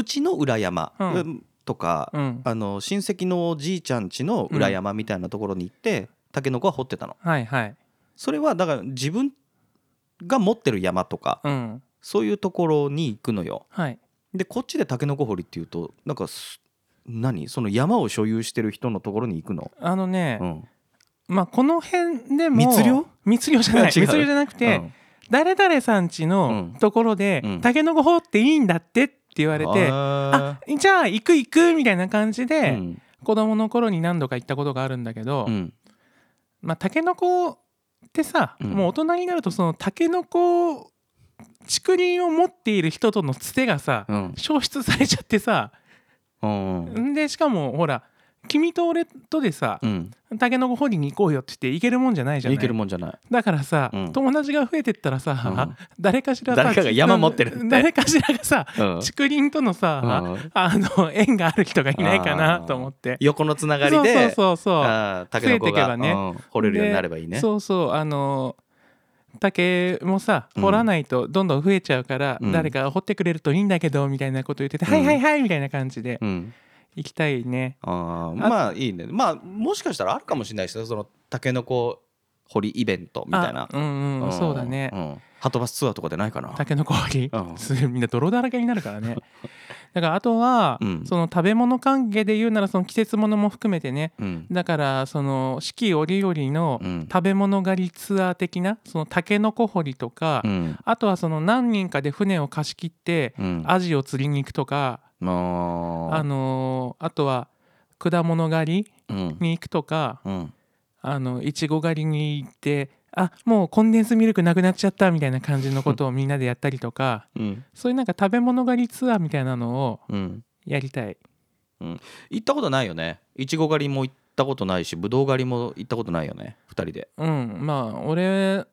Speaker 1: ちの裏山、
Speaker 2: うん
Speaker 1: うんとか、
Speaker 2: うん、
Speaker 1: あの親戚のおじいちゃん家の裏山みたいなところに行って、タケノコは掘ってたの
Speaker 2: はいはい、
Speaker 1: それはだから自分が持ってる山とか
Speaker 2: うん
Speaker 1: そういうところに行くのよ
Speaker 2: はい、
Speaker 1: でこっちでタケノコ掘りっていうとなんかす何その山を所有してる人のところに行くの、
Speaker 2: あのね、
Speaker 1: うん、
Speaker 2: まあこの辺でも
Speaker 1: 密漁
Speaker 2: 密漁じゃない
Speaker 1: [LAUGHS] 違う
Speaker 2: 密漁じゃなくて、
Speaker 1: うん
Speaker 2: 誰々さん家の
Speaker 1: うん
Speaker 2: ところで、
Speaker 1: うん
Speaker 2: タケノコ掘っていいんだってって言われて、
Speaker 1: あ
Speaker 2: あじゃあ行く行くみたいな感じ
Speaker 1: ー
Speaker 2: で、
Speaker 1: うん
Speaker 2: 子供の頃に何度か行ったことがあるんだけど、
Speaker 1: うん
Speaker 2: まあタケノコってさ、
Speaker 1: うん
Speaker 2: もう大人になるとそのタケノコ竹林を持っている人とのつてがさ、
Speaker 1: うん
Speaker 2: 消失されちゃってさ、
Speaker 1: うん
Speaker 2: んでしかもほら君と俺とでさ
Speaker 1: う、ん
Speaker 2: タケノコ掘りに行こうよって言って行けるもんじゃないじゃない
Speaker 1: いけるもんじゃない
Speaker 2: だからさ、
Speaker 1: うん
Speaker 2: 友達が増えてったらさ、
Speaker 1: うん
Speaker 2: 誰かしらさ
Speaker 1: 誰かが山持ってるって
Speaker 2: 誰かしらがさ
Speaker 1: うん
Speaker 2: 竹林とのさ、
Speaker 1: うん
Speaker 2: あの縁がある人がいないかなと思って
Speaker 1: 横のつなが
Speaker 2: そ
Speaker 1: り
Speaker 2: うそう
Speaker 1: で
Speaker 2: そうそう
Speaker 1: あータケノコが
Speaker 2: 増えてけば
Speaker 1: うん掘れるようになればいいね
Speaker 2: そうそうあの竹もさ
Speaker 1: うん
Speaker 2: 掘らないとどんどん増えちゃうから、
Speaker 1: うん
Speaker 2: 誰か掘ってくれるといいんだけどみたいなこと言ってて、
Speaker 1: うん
Speaker 2: はいはいはいみたいな感じで
Speaker 1: うん
Speaker 2: 行きたいね、
Speaker 1: あーまあいいねまあもしかしたらあるかもしれないですよそのタケノコ堀イベントみたいな
Speaker 2: あ、うんうん、
Speaker 1: ん
Speaker 2: そうだね、
Speaker 1: んハトバスツアーとかでないかな
Speaker 2: タケノコ割り、
Speaker 1: うん
Speaker 2: すみんな泥だらけになるか
Speaker 1: [LAUGHS]
Speaker 2: らねだからあとは、
Speaker 1: うん
Speaker 2: その食べ物関係で言うならその季節ものも含めてね
Speaker 1: うん
Speaker 2: だからその四季折々の
Speaker 1: うん
Speaker 2: 食べ物狩りツアー的なそのタケノコ掘りとか、
Speaker 1: うん
Speaker 2: あとはその何人かで船を貸し切って
Speaker 1: うん
Speaker 2: アジを釣りに行くとか、
Speaker 1: まあ
Speaker 2: あのーあとは果物狩り
Speaker 1: うん
Speaker 2: に行くとか
Speaker 1: うん
Speaker 2: あのいちご狩りに行ってあもうコンデンスミルクなくなっちゃったみたいな感じのことをみんなでやったりとか
Speaker 1: うん
Speaker 2: そういうなんか食べ物狩りツアーみたいなのを
Speaker 1: うん
Speaker 2: やりたい
Speaker 1: 行ったことないよねいちご狩りも行ったことないしぶどう狩りも行ったことないよね二人で
Speaker 2: うんまあ俺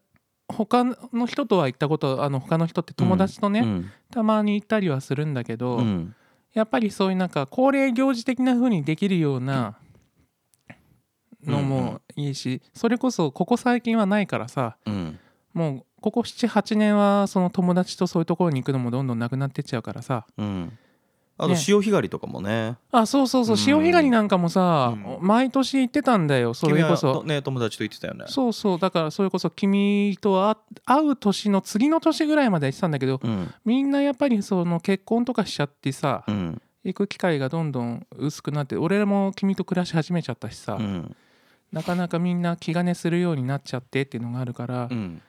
Speaker 2: 他の人とは行ったことあの他の人って友達とね、
Speaker 1: うん
Speaker 2: たまに行ったりはするんだけど、
Speaker 1: うん
Speaker 2: やっぱりそういうなんか恒例行事的な風にできるようなのもいいし、それこそここ最近はないからさ
Speaker 1: うん
Speaker 2: もうここ78年はその友達とそういうところに行くのもどんどんなくなってっちゃうからさ
Speaker 1: うんあと
Speaker 2: ね
Speaker 1: 潮干狩りとかもね
Speaker 2: あそうそうそ
Speaker 1: う
Speaker 2: う
Speaker 1: ん
Speaker 2: 潮干狩りなんかもさ、
Speaker 1: う
Speaker 2: 毎年行ってたんだよそ
Speaker 1: 君
Speaker 2: れこ
Speaker 1: は
Speaker 2: そ。
Speaker 1: ね友達と行ってたよね
Speaker 2: そうそうだからそれこそ君とあ会う年の次の年ぐらいまで行ってたんだけど
Speaker 1: うん
Speaker 2: みんなやっぱりその結婚とかしちゃってさ
Speaker 1: うん
Speaker 2: 行く機会がどんどん薄くなって俺らも君と暮らし始めちゃったしさ、
Speaker 1: うん
Speaker 2: なかなかみんな気兼ねするようになっちゃってっていうのがあるから、
Speaker 1: うん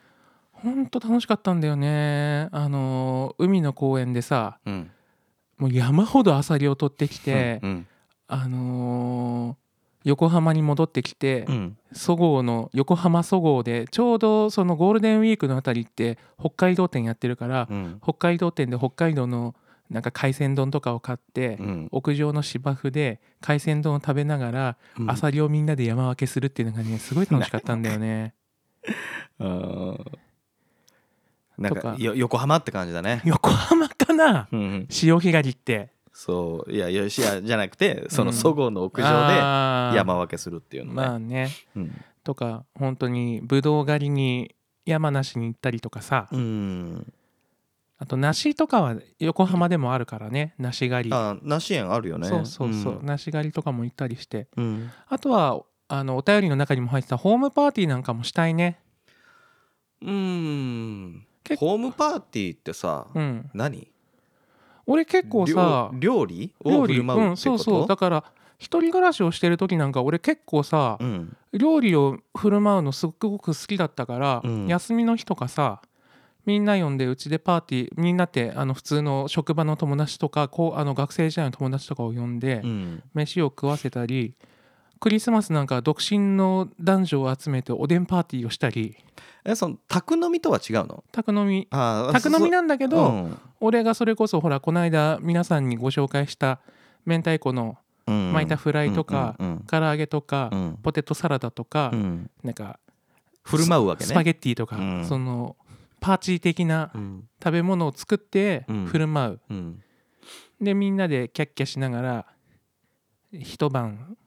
Speaker 2: ほんと楽しかったんだよねあのー海の公園でさ
Speaker 1: うん
Speaker 2: もう山ほどアサリを取ってきて、
Speaker 1: うん
Speaker 2: あのー横浜に戻ってきて、
Speaker 1: うん
Speaker 2: そごうの横浜そごうでちょうどそのゴールデンウィークのあたりって北海道店やってるから、
Speaker 1: うん
Speaker 2: 北海道店で北海道のなんか海鮮丼とかを買って、
Speaker 1: うん
Speaker 2: 屋上の芝生で海鮮丼を食べながら、
Speaker 1: うん
Speaker 2: アサリをみんなで山分けするっていうのがねすごい楽しかったんだ
Speaker 1: [LAUGHS]
Speaker 2: よね
Speaker 1: うんなん
Speaker 2: と
Speaker 1: か
Speaker 2: か
Speaker 1: よ横浜って感じだね
Speaker 2: 横浜かな
Speaker 1: うん
Speaker 2: 潮干狩りって
Speaker 1: そういやよしやじゃなくてそうの
Speaker 2: ん
Speaker 1: そごうの屋上で
Speaker 2: あー
Speaker 1: 山分けするっていうのね、
Speaker 2: まあね
Speaker 1: うん
Speaker 2: とか本当にぶどう狩りに山梨に行ったりとかさ、
Speaker 1: うん
Speaker 2: あと梨とかは横浜でもあるからね梨狩り、
Speaker 1: あ梨園あるよね
Speaker 2: そうそうそう、梨狩りとかも行ったりして
Speaker 1: うん、うん
Speaker 2: あとはあのお便りの中にも入ってたホームパーティーなんかもしたいね
Speaker 1: うん
Speaker 2: 結構
Speaker 1: ホームパーティーってさ、
Speaker 2: うん
Speaker 1: 何
Speaker 2: 俺結構さ
Speaker 1: 料料理を
Speaker 2: 料
Speaker 1: 振
Speaker 2: 理
Speaker 1: る舞
Speaker 2: う
Speaker 1: うっ
Speaker 2: ん
Speaker 1: て
Speaker 2: そ
Speaker 1: こ
Speaker 2: うそうだ
Speaker 1: と
Speaker 2: から一人暮らしをしてる時なんか俺結構さ、
Speaker 1: うん
Speaker 2: 料理を振る舞うのすっごく好きだったから、
Speaker 1: うん
Speaker 2: 休みの日とかさみんな呼んでうちでパーティーみんなってあの普通の職場の友達とかこうあの学生時代の友達とかを呼んで、
Speaker 1: うん
Speaker 2: 飯を食わせたりクリスマスなんかは独身の男女を集めておでんパーティーをしたり
Speaker 1: えその宅飲みとは違うの
Speaker 2: 宅飲み
Speaker 1: あー
Speaker 2: 宅飲みなんだけど、
Speaker 1: うん
Speaker 2: 俺がそれこそほらこの間皆さんにご紹介した明太子の
Speaker 1: うん
Speaker 2: 巻いたフライとか、
Speaker 1: うん
Speaker 2: 唐揚げとか、
Speaker 1: うんうん
Speaker 2: ポテトサラダとか、
Speaker 1: うん
Speaker 2: なんか
Speaker 1: 振る舞うわけね
Speaker 2: スパゲッティとか、
Speaker 1: うん
Speaker 2: そのパーチー的な
Speaker 1: うん
Speaker 2: 食べ物を作って
Speaker 1: うん
Speaker 2: 振る舞う、
Speaker 1: うん
Speaker 2: でみんなでキャッキャしながら一晩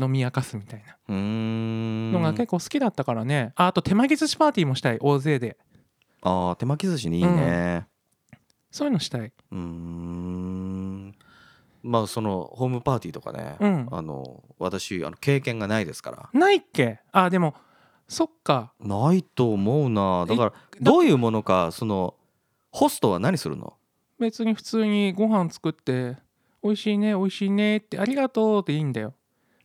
Speaker 2: 飲み明かすみたいな
Speaker 1: うーん
Speaker 2: のが結構好きだったからね、ああと手巻き寿司パーティーもしたい大勢で
Speaker 1: あー手巻き寿司にいいね
Speaker 2: そういうのしたい、
Speaker 1: うんんまあそのホームパーティーとかね、
Speaker 2: うん
Speaker 1: あの私あの経験がないですから
Speaker 2: ないっけああでもそっか
Speaker 1: ないと思うなだから
Speaker 2: え
Speaker 1: どういうものかそのホストは何するの
Speaker 2: 別に普通にご飯作って美味しいね美味しいねってありがとうっていいんだよ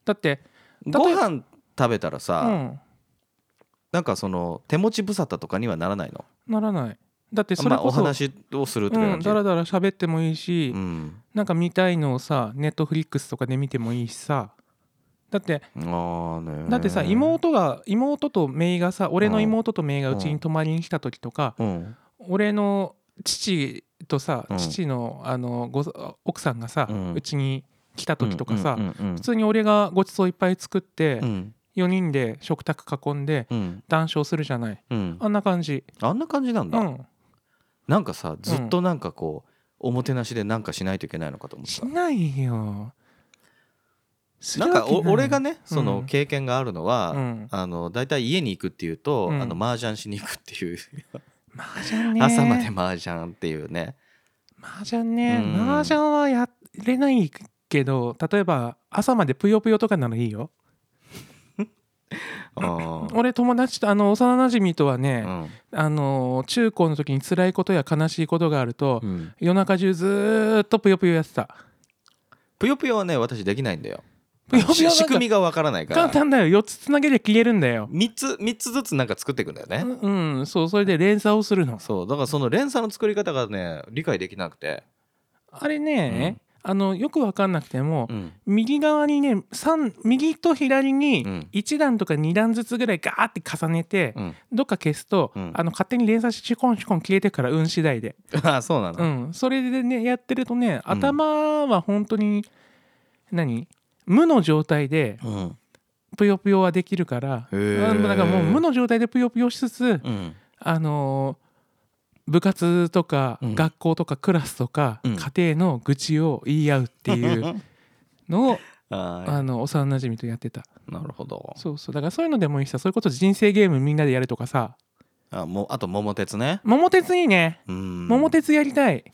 Speaker 2: だって例えば
Speaker 1: ご飯食べたら
Speaker 2: う
Speaker 1: さ、
Speaker 2: ん
Speaker 1: なんかその手持ち無沙汰とかにはならないの
Speaker 2: ならないだってそれ
Speaker 1: まあ、お
Speaker 2: こそ、
Speaker 1: 話をするって
Speaker 2: う
Speaker 1: 感
Speaker 2: ん
Speaker 1: じ、
Speaker 2: だらだら喋ってもいいし、
Speaker 1: うん
Speaker 2: なんか見たいのをさネットフリックスとかで見てもいいしさだって
Speaker 1: ああね
Speaker 2: だってさ妹が妹と姪がさ俺の妹と姪がうちに泊まりに来た時とか、
Speaker 1: うん
Speaker 2: 俺の父とさ、
Speaker 1: うん
Speaker 2: 父のあのご奥さんがさ
Speaker 1: うん
Speaker 2: うち、に来た時とかさ、
Speaker 1: うんうんうん
Speaker 2: 普通に俺がごちそういっぱい作って、
Speaker 1: うん
Speaker 2: 4人で食卓囲んで
Speaker 1: うん
Speaker 2: 談笑するじゃない
Speaker 1: うん
Speaker 2: あんな感じ
Speaker 1: あんな感じなん
Speaker 2: う
Speaker 1: だ、
Speaker 2: ん
Speaker 1: なんかさずっとなんかこう、おもてなしでなんかしないといけないのかと思って
Speaker 2: したないよする
Speaker 1: なん
Speaker 2: わけ
Speaker 1: かお俺がねそうの
Speaker 2: ん
Speaker 1: 経験があるの
Speaker 2: う
Speaker 1: は、
Speaker 2: ん
Speaker 1: あの大体家に行くっていうと、
Speaker 2: うん
Speaker 1: あの麻雀しに行くっていう、
Speaker 2: 麻雀ね
Speaker 1: 朝まで麻雀っていうね
Speaker 2: 麻雀ね
Speaker 1: うん
Speaker 2: 麻雀はやれないけど例えば朝までぷよぷよとかならいいよ
Speaker 1: あー
Speaker 2: 俺友達とあの幼馴染とはね、
Speaker 1: うん
Speaker 2: あの中高の時に辛いことや悲しいことがあると、
Speaker 1: うん
Speaker 2: 夜中中ずーっとぷよぷよやってた
Speaker 1: ぷよぷよはね私できないんだよ
Speaker 2: ぷよぷよなんか
Speaker 1: し仕組みがわからないか
Speaker 2: 簡
Speaker 1: ら
Speaker 2: 単だよ4つつなげりゃ消えるんだよ、
Speaker 1: 3つ三つずつなんか作っていくんだよね、
Speaker 2: うんうんそうそれで連鎖をするの
Speaker 1: そうだからその連鎖の作り方がね理解できなくて、
Speaker 2: あれね、あのよく分かんなくても、
Speaker 1: うん
Speaker 2: 右側にね三右と左
Speaker 1: う
Speaker 2: に
Speaker 1: ん
Speaker 2: 1段とか2段ずつぐらいガーって重ねて、
Speaker 1: うん、
Speaker 2: どっか消すと、
Speaker 1: うん
Speaker 2: あの勝手に連鎖してシコンシコン消えてくから運次第で、
Speaker 1: ああそうなの、
Speaker 2: うん、それでねやってるとね
Speaker 1: うん
Speaker 2: 頭は本当に、何無の状態で
Speaker 1: うん
Speaker 2: ぷよぷよはできるから
Speaker 1: へ
Speaker 2: うん
Speaker 1: ー
Speaker 2: だからもう無の状態でぷよぷよしつつ、
Speaker 1: うん
Speaker 2: あのー部活とか
Speaker 1: うん
Speaker 2: 学校とかクラスとか
Speaker 1: うん
Speaker 2: 家庭の愚痴を言い合うっていうのを
Speaker 1: [LAUGHS] は
Speaker 2: あの幼馴染とやってた
Speaker 1: いなるほど
Speaker 2: そうそうだからそういうのでもいいしさそういうこと人生ゲームみんなでやるとかさ
Speaker 1: あもうあと桃鉄ね
Speaker 2: 桃鉄いいね
Speaker 1: うん
Speaker 2: 桃鉄やりたい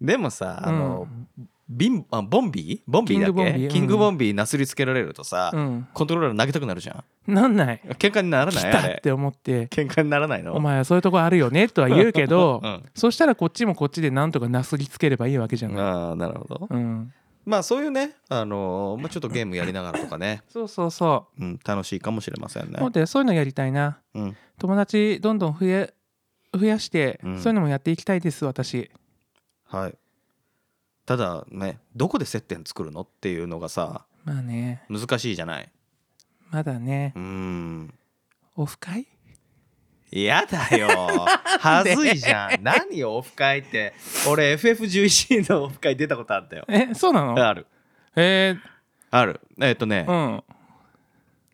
Speaker 1: でもさあの、
Speaker 2: うん
Speaker 1: ビンあボンビーボンビーだ
Speaker 2: キングボン
Speaker 1: っ
Speaker 2: ビ
Speaker 1: け
Speaker 2: ー
Speaker 1: キングボンビーなすりつけられるとさ、
Speaker 2: うん
Speaker 1: コントローラー投げたくなるじゃん
Speaker 2: なんない
Speaker 1: 喧嘩になら
Speaker 2: 来
Speaker 1: ないあ
Speaker 2: たっ
Speaker 1: れ
Speaker 2: て思って
Speaker 1: 喧嘩にならないの、
Speaker 2: お前はそういうとこあるよねとは言うけ
Speaker 1: [LAUGHS]
Speaker 2: ど
Speaker 1: うん
Speaker 2: そしたらこっちもこっちでなんとかなすりつければいいわけじゃない、
Speaker 1: ああなるほど
Speaker 2: うん、
Speaker 1: まあそういうねあのーまあ、ちょっとゲームやりながらとかね、
Speaker 2: そうそうそ
Speaker 1: うん、楽しいかもしれません
Speaker 2: う、
Speaker 1: ね
Speaker 2: ほんでそういうのやりたいな
Speaker 1: うん
Speaker 2: 友達どんどん増え増やして、
Speaker 1: うん
Speaker 2: そういうのもやっていきたいです私
Speaker 1: はいただねどこで接点作るのっていうのがさ
Speaker 2: まあね
Speaker 1: 難しいじゃない
Speaker 2: まだね
Speaker 1: うーん
Speaker 2: オフ会
Speaker 1: やだよはずいじゃん何よオフ会って俺 FF11 のオフ会出たことあったよ
Speaker 2: えそうなの
Speaker 1: ある
Speaker 2: え
Speaker 1: あるえっとね、
Speaker 2: ー、うん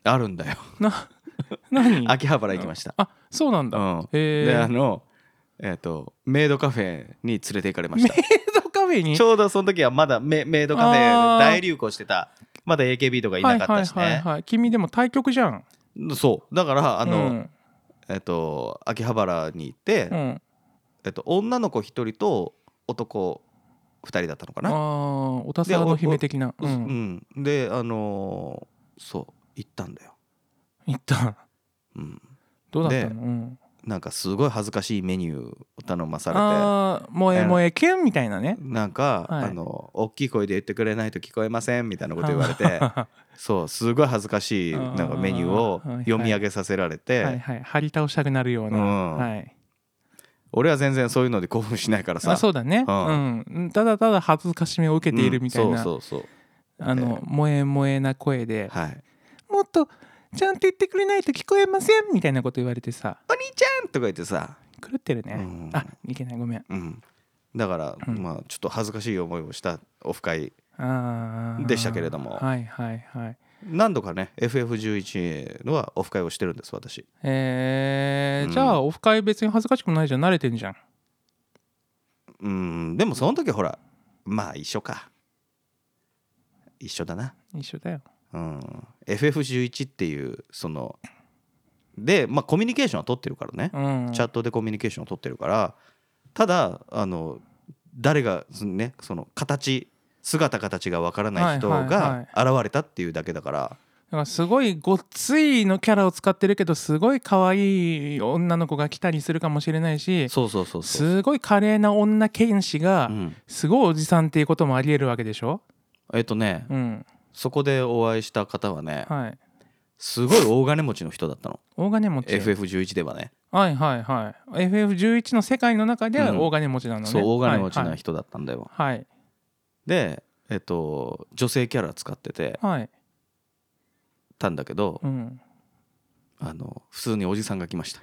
Speaker 1: あるんだよ
Speaker 2: な [LAUGHS] 何
Speaker 1: 秋葉原行きました
Speaker 2: あそうなん
Speaker 1: う
Speaker 2: だ、
Speaker 1: ん
Speaker 2: へ
Speaker 1: であ
Speaker 2: えメ
Speaker 1: のえっ、とメイドカフェに連れて行かれ
Speaker 2: [LAUGHS]
Speaker 1: ました
Speaker 2: イドカフェに
Speaker 1: ちょうどその時はまだメメイドカフ
Speaker 2: あ
Speaker 1: ェ
Speaker 2: ー
Speaker 1: 大流行してたまだ AKB とかいなかったし
Speaker 2: はいはい
Speaker 1: ね
Speaker 2: はい、はい、君でも対局じゃん
Speaker 1: そうだからあの、
Speaker 2: うん
Speaker 1: えっと秋葉原に行って、
Speaker 2: うん
Speaker 1: えっと、女の子一人と男二人だったのか
Speaker 2: あ
Speaker 1: な
Speaker 2: ーおたさの姫的なう
Speaker 1: うんん、であのーそう行ったんだよ、
Speaker 2: 行った
Speaker 1: うん、
Speaker 2: どうだった
Speaker 1: で
Speaker 2: の、うん、
Speaker 1: なんかすごい恥ずかしいメニューを頼まさ
Speaker 2: ああ萌え萌えキュンみたいなね
Speaker 1: れてなんか、
Speaker 2: はい
Speaker 1: あの大きい声で言ってくれないと聞こえませんみたいなこと言われて
Speaker 2: [LAUGHS] は
Speaker 1: そうすごい恥ずかしいなんかメニューを
Speaker 2: あーはいはい
Speaker 1: 読み上げさせられて、
Speaker 2: いはい張り倒したくなるような、
Speaker 1: うん
Speaker 2: はい
Speaker 1: 俺は全然そういうので興奮しないからさ
Speaker 2: あそうだね、
Speaker 1: う
Speaker 2: うんただただ恥ずかしめを受けているみたいな、
Speaker 1: うんそうそうそう
Speaker 2: あの萌え萌えな声で、
Speaker 1: はい
Speaker 2: もっとちゃんと言ってくれないと聞こえませんみたいなこと言われてさ
Speaker 1: お兄ちゃんとか言ってさ、
Speaker 2: 狂ってるね、
Speaker 1: うん
Speaker 2: あいけないごめん
Speaker 1: うん、だから、
Speaker 2: うん
Speaker 1: まあちょっと恥ずかしい思いをしたオフ会
Speaker 2: あー
Speaker 1: でしたけれども
Speaker 2: はいはいはい
Speaker 1: 何度かね FF11 のはオフ会をしてるんです私
Speaker 2: えー
Speaker 1: うん
Speaker 2: じゃあオフ会別に恥ずかしくないじゃん慣れてんじゃん
Speaker 1: うんでもその時ほらまあ一緒か一緒だな
Speaker 2: 一緒だよ
Speaker 1: うん、FF11 っていうそので、まあ、コミュニケーションは取ってるからね、
Speaker 2: うん
Speaker 1: チャットでコミュニケーションを取ってるからただあの誰がそのねその形姿形がわからない人
Speaker 2: はいは
Speaker 1: が現れたっていうだけだから、
Speaker 2: だからすごいごっついのキャラを使ってるけどすごい可愛い女の子が来たりするかもしれないし
Speaker 1: そうそうそうそう、
Speaker 2: すごい華麗な女剣士が、
Speaker 1: うん
Speaker 2: すごいおじさんっていうこともありえるわけでしょ
Speaker 1: えっとね、
Speaker 2: うん
Speaker 1: そこでお会いした方はね
Speaker 2: はい
Speaker 1: すごい大金持ちの人だ [LAUGHS] ったの
Speaker 2: 大金持ち
Speaker 1: FF11 ではね
Speaker 2: はいはいはい FF11 の世界の中では大金持ちなのね、
Speaker 1: そう大金持ち
Speaker 2: は
Speaker 1: ない人だったんだよ、
Speaker 2: はい
Speaker 1: でえっと女性キャラ使ってて
Speaker 2: はい、はい
Speaker 1: たんだけど
Speaker 2: うん、
Speaker 1: あの普通におじさんが来ました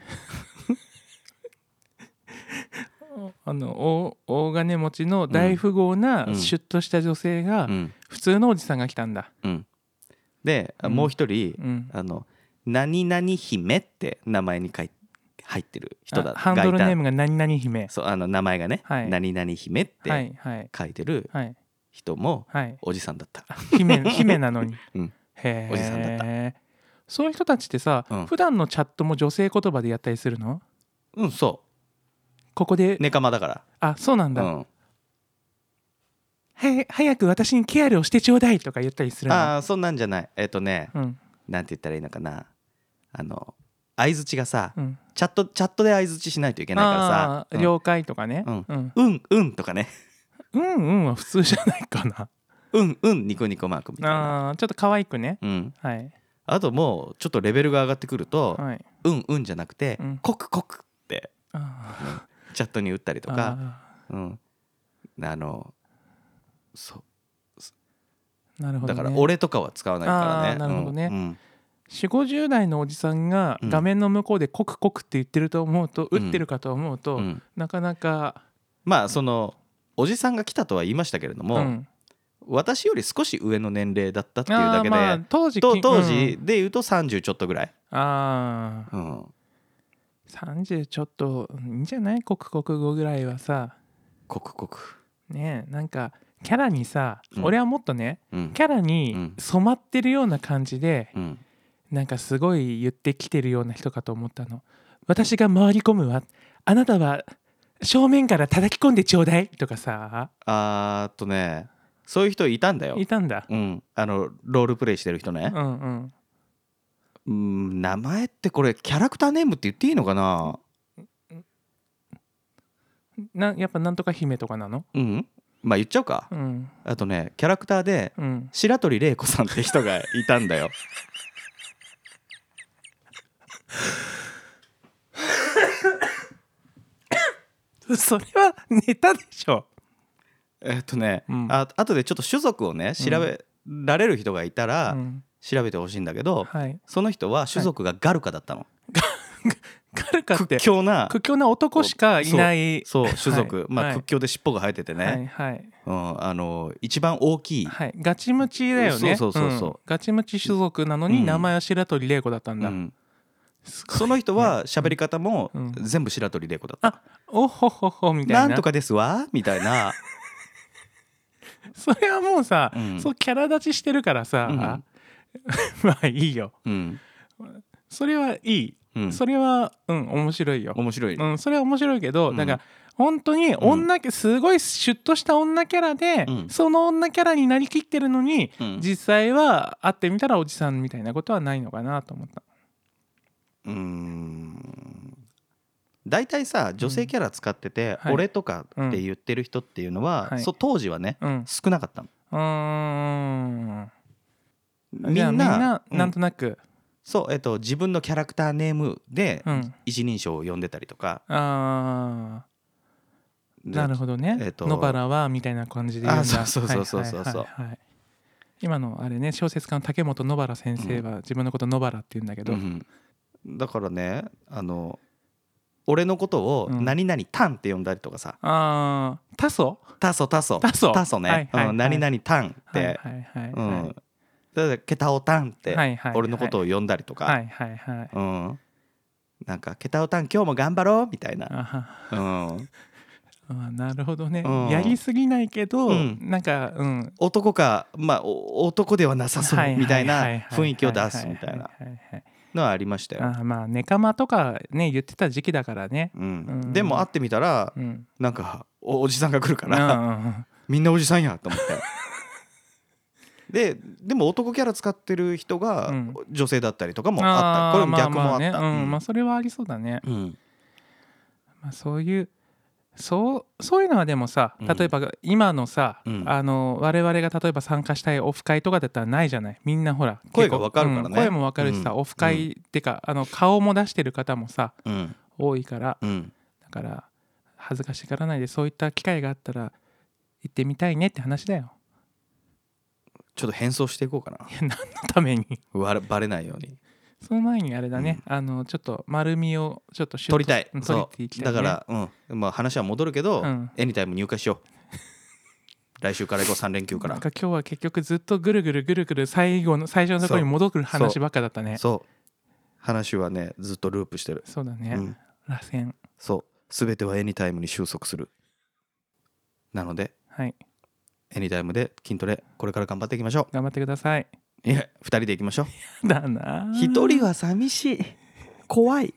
Speaker 2: あの大大金持ちの大富豪な
Speaker 1: うん
Speaker 2: シュッとした女性が
Speaker 1: うん
Speaker 2: 普通のおじさんが来たんだ
Speaker 1: うん、で、
Speaker 2: うん
Speaker 1: もう一人、
Speaker 2: うん
Speaker 1: あの「何々姫」って名前に書い入ってる人だ
Speaker 2: あハンドルネー
Speaker 1: ム
Speaker 2: ムが何々姫
Speaker 1: そうあの名前がね「
Speaker 2: はい
Speaker 1: 何々姫」っ
Speaker 2: は
Speaker 1: て
Speaker 2: いはい
Speaker 1: 書いてる
Speaker 2: はい
Speaker 1: 人も
Speaker 2: はい
Speaker 1: おじさんだった、
Speaker 2: 姫
Speaker 1: [LAUGHS]
Speaker 2: 姫なのに、
Speaker 1: うん
Speaker 2: へえ
Speaker 1: おじさんだ
Speaker 2: そういう人たちってさ、
Speaker 1: うん
Speaker 2: 普段のチャットも女性言葉でやったりするの
Speaker 1: うんそ
Speaker 2: ここで、
Speaker 1: うネカマだか
Speaker 2: あそうなんだ、
Speaker 1: ら、うん、
Speaker 2: は早く私にケアルをしてちょうだいとか言ったりするの
Speaker 1: ああそんなんじゃないえっ、とね
Speaker 2: うん
Speaker 1: なんて言ったらいいのかなあの相づちがさ、
Speaker 2: うん
Speaker 1: チャットチャットで相づちしないといけないからさ
Speaker 2: あ
Speaker 1: う
Speaker 2: ー
Speaker 1: ん
Speaker 2: 了解とかね、
Speaker 1: うん
Speaker 2: うん、
Speaker 1: うんうんとかね
Speaker 2: うんうんは普通じゃない
Speaker 1: [LAUGHS]
Speaker 2: かな
Speaker 1: うんうんニコニコマークみたいな
Speaker 2: あーちょっと可愛くね
Speaker 1: うん、
Speaker 2: はい
Speaker 1: あともうちょっとレベルが上がってくると、
Speaker 2: はい
Speaker 1: うんうんじゃなくて、
Speaker 2: うん
Speaker 1: コクコクって
Speaker 2: あ
Speaker 1: チャットに打ったりと
Speaker 2: ー
Speaker 1: か
Speaker 2: あ
Speaker 1: うんあのそ
Speaker 2: ーなる
Speaker 1: う
Speaker 2: ほ
Speaker 1: だ
Speaker 2: ど、ね、
Speaker 1: から俺とかは使わないから
Speaker 2: あ
Speaker 1: ね
Speaker 2: ーなるほどね
Speaker 1: うんうん
Speaker 2: 4 5 0代のおじさんが
Speaker 1: うん
Speaker 2: 画面の向こうでコクコクって言ってると思うと、
Speaker 1: うん
Speaker 2: 打ってるかと思うと、
Speaker 1: うん
Speaker 2: なかなか
Speaker 1: まあそのおじさんが来たとは言いましたけれども、
Speaker 2: ん、
Speaker 1: 私より少し上の年齢だったっていうだけで、
Speaker 2: あーまあ当時
Speaker 1: と
Speaker 2: き
Speaker 1: 当
Speaker 2: う
Speaker 1: 時
Speaker 2: ん
Speaker 1: で言うと30ちょっとぐらい、
Speaker 2: ああ
Speaker 1: うん、
Speaker 2: 30ちょっといいんじゃないコクコク語ぐらいはさ
Speaker 1: コクコク、
Speaker 2: ねえなんかキャラにさ、
Speaker 1: うん
Speaker 2: 俺はもっとね
Speaker 1: うん
Speaker 2: キャラ
Speaker 1: う
Speaker 2: に
Speaker 1: ん
Speaker 2: 染まってるような感じで、
Speaker 1: うん、
Speaker 2: なんかすごい言ってきてるような人かと思ったの私が回り込むわあなたは正面から叩き込んでちょうだいとかさ
Speaker 1: あーっとねそういう人いたんだよ
Speaker 2: い、たんだ
Speaker 1: うん、あのロールプレイしてる人ね
Speaker 2: う、んうん
Speaker 1: うん、名前ってこれキャラクターネームって言っていいのかな
Speaker 2: なやっぱなんとか姫とかなの
Speaker 1: うんまあ言っちゃうか
Speaker 2: うん
Speaker 1: あとねキャラクターで
Speaker 2: うん
Speaker 1: 白鳥玲子さんって人がいたんだ
Speaker 2: [LAUGHS]
Speaker 1: よ
Speaker 2: それはネタでしょ
Speaker 1: えっとね、
Speaker 2: うん
Speaker 1: ああとでちょっと種族をね調べられる人がいたら
Speaker 2: うん
Speaker 1: 調べてほしいんだけど、
Speaker 2: はい
Speaker 1: その人は種族がガルカだったの、
Speaker 2: カルカって
Speaker 1: 屈強な
Speaker 2: 屈強な男しかいない
Speaker 1: そう種族、
Speaker 2: はい
Speaker 1: まあ、
Speaker 2: はい
Speaker 1: 屈強で尻尾が生えててね、
Speaker 2: はいはい
Speaker 1: うん、あの一番大きい、
Speaker 2: はいガチムチだよね
Speaker 1: そうそうそうそうん
Speaker 2: ガチムチ種族な
Speaker 1: う
Speaker 2: のに
Speaker 1: ん
Speaker 2: 名前は白鳥玲子だったん
Speaker 1: う
Speaker 2: だ
Speaker 1: ん
Speaker 2: すごい
Speaker 1: その人は喋り方も
Speaker 2: うん
Speaker 1: 全部白鳥玲子だった、
Speaker 2: あおほほほみたい
Speaker 1: な
Speaker 2: なん
Speaker 1: とかですわみたいな、
Speaker 2: それはもうさ、
Speaker 1: うん
Speaker 2: [LAUGHS] そうキャラ立ちしてるからさ、
Speaker 1: うん
Speaker 2: [LAUGHS] まあいいよ
Speaker 1: うん
Speaker 2: それはいい、
Speaker 1: うん、
Speaker 2: それはうん面白いよ、
Speaker 1: 面白い、
Speaker 2: うん、それは面白いけど、
Speaker 1: うん
Speaker 2: だから本当に女、すごいシュッとした女キャラで、
Speaker 1: うん
Speaker 2: その女キャラになりきってるのに、
Speaker 1: うん
Speaker 2: 実際は会ってみたらおじさんみたいなことはないのかなと思った
Speaker 1: うーん大体さ女性キャラ使ってて、
Speaker 2: はい
Speaker 1: 俺とかって言ってる人っていうのは、
Speaker 2: うんはい
Speaker 1: そう当時はね
Speaker 2: うん
Speaker 1: 少なかったの
Speaker 2: うーん
Speaker 1: みん
Speaker 2: じ
Speaker 1: な
Speaker 2: ゃあみんな
Speaker 1: うん
Speaker 2: なんとなく、
Speaker 1: そう、えっと、自分のキャラクターネームで
Speaker 2: うん
Speaker 1: 一人称を呼んでたりとか、
Speaker 2: あー
Speaker 1: で
Speaker 2: なるほどね、
Speaker 1: えっと
Speaker 2: 野原はみたいな感じで言うんだ
Speaker 1: あそうそうそうそうそうそう
Speaker 2: はいはいはいはい今のあれね小説家の竹本野原先生は自分のこと野原って言うんだけど、
Speaker 1: うんだからねあの俺のことを
Speaker 2: う
Speaker 1: 「
Speaker 2: ん
Speaker 1: 何々タン」って呼んだりとかさ
Speaker 2: あータソ
Speaker 1: 「タソタソ
Speaker 2: タソはい
Speaker 1: ね
Speaker 2: はいはい
Speaker 1: うん何々タン」っ
Speaker 2: はいはい
Speaker 1: て
Speaker 2: はい
Speaker 1: 「う
Speaker 2: はい
Speaker 1: んだからケタオタン」って
Speaker 2: はいはい
Speaker 1: 俺のことを呼んだりと
Speaker 2: は
Speaker 1: か
Speaker 2: いはいは
Speaker 1: 「
Speaker 2: い
Speaker 1: うんなんかケタオタン今日も頑張ろう」みたいな。
Speaker 2: あは
Speaker 1: うん
Speaker 2: あなるほどね、
Speaker 1: うん
Speaker 2: やりすぎないけど、
Speaker 1: うん
Speaker 2: なんかうん
Speaker 1: 男かまあお男ではなさそ
Speaker 2: は
Speaker 1: うみたい
Speaker 2: はは
Speaker 1: な
Speaker 2: は
Speaker 1: 雰囲気を出すみたいな
Speaker 2: はははい
Speaker 1: のはありました
Speaker 2: はい
Speaker 1: よ。
Speaker 2: あーまあネカマとかね言ってた時期だからね
Speaker 1: う
Speaker 2: うんん
Speaker 1: でも会ってみたら
Speaker 2: うん
Speaker 1: なんかおおじさんが来るか
Speaker 2: う
Speaker 1: ら
Speaker 2: んうんうん
Speaker 1: みんなおじさんやと思って
Speaker 2: [LAUGHS]
Speaker 1: ででも男キャラ使ってる人が
Speaker 2: うん
Speaker 1: 女性だったりとかもあった、これも逆もあった
Speaker 2: まあまあね
Speaker 1: う
Speaker 2: うんんまあそれはありそうだね、
Speaker 1: うん
Speaker 2: まあ、そういうそうそういうのはでもさ
Speaker 1: うん
Speaker 2: 例えば今のさ、
Speaker 1: うん
Speaker 2: あの我々が例えば参加したいオフ会とかだったらないじゃないみんなほら
Speaker 1: 声
Speaker 2: 結構
Speaker 1: がわかるからね
Speaker 2: うん声もわかるしさ、
Speaker 1: うん
Speaker 2: オフ会ってかあの顔も出してる方もさ
Speaker 1: うん
Speaker 2: 多いから
Speaker 1: うん
Speaker 2: だから恥ずかしがらないでそういった機会があったら行ってみたいねって話だよ。 [LAUGHS]
Speaker 1: ちょっと変装していこうかない
Speaker 2: や何のために
Speaker 1: わバレないように
Speaker 2: その前にあれだね、あのちょっと丸みをちょっとシュッと
Speaker 1: 撮りたい
Speaker 2: うん撮
Speaker 1: そ
Speaker 2: りていうきた
Speaker 1: だ
Speaker 2: いね
Speaker 1: から、うんまあ、話は戻るけど、
Speaker 2: うん
Speaker 1: エニタイム入会し
Speaker 2: [LAUGHS]
Speaker 1: よう来週から行こう3連休か
Speaker 2: な
Speaker 1: ら
Speaker 2: んか今日は結局ずっとぐるぐるぐるぐる最後の最初のところに戻る話ばっかだったねそ
Speaker 1: そう話はねずっとループしてる、
Speaker 2: うだね、
Speaker 1: うん、
Speaker 2: 螺旋
Speaker 1: そう全てはエニタイムに収束するなので
Speaker 2: はい
Speaker 1: エニタイムで筋トレこれから頑張っていきましょ
Speaker 2: 頑張ってくださいう [LAUGHS]
Speaker 1: いや2人でいきましょう
Speaker 2: だなあ
Speaker 1: 一人は寂しい怖い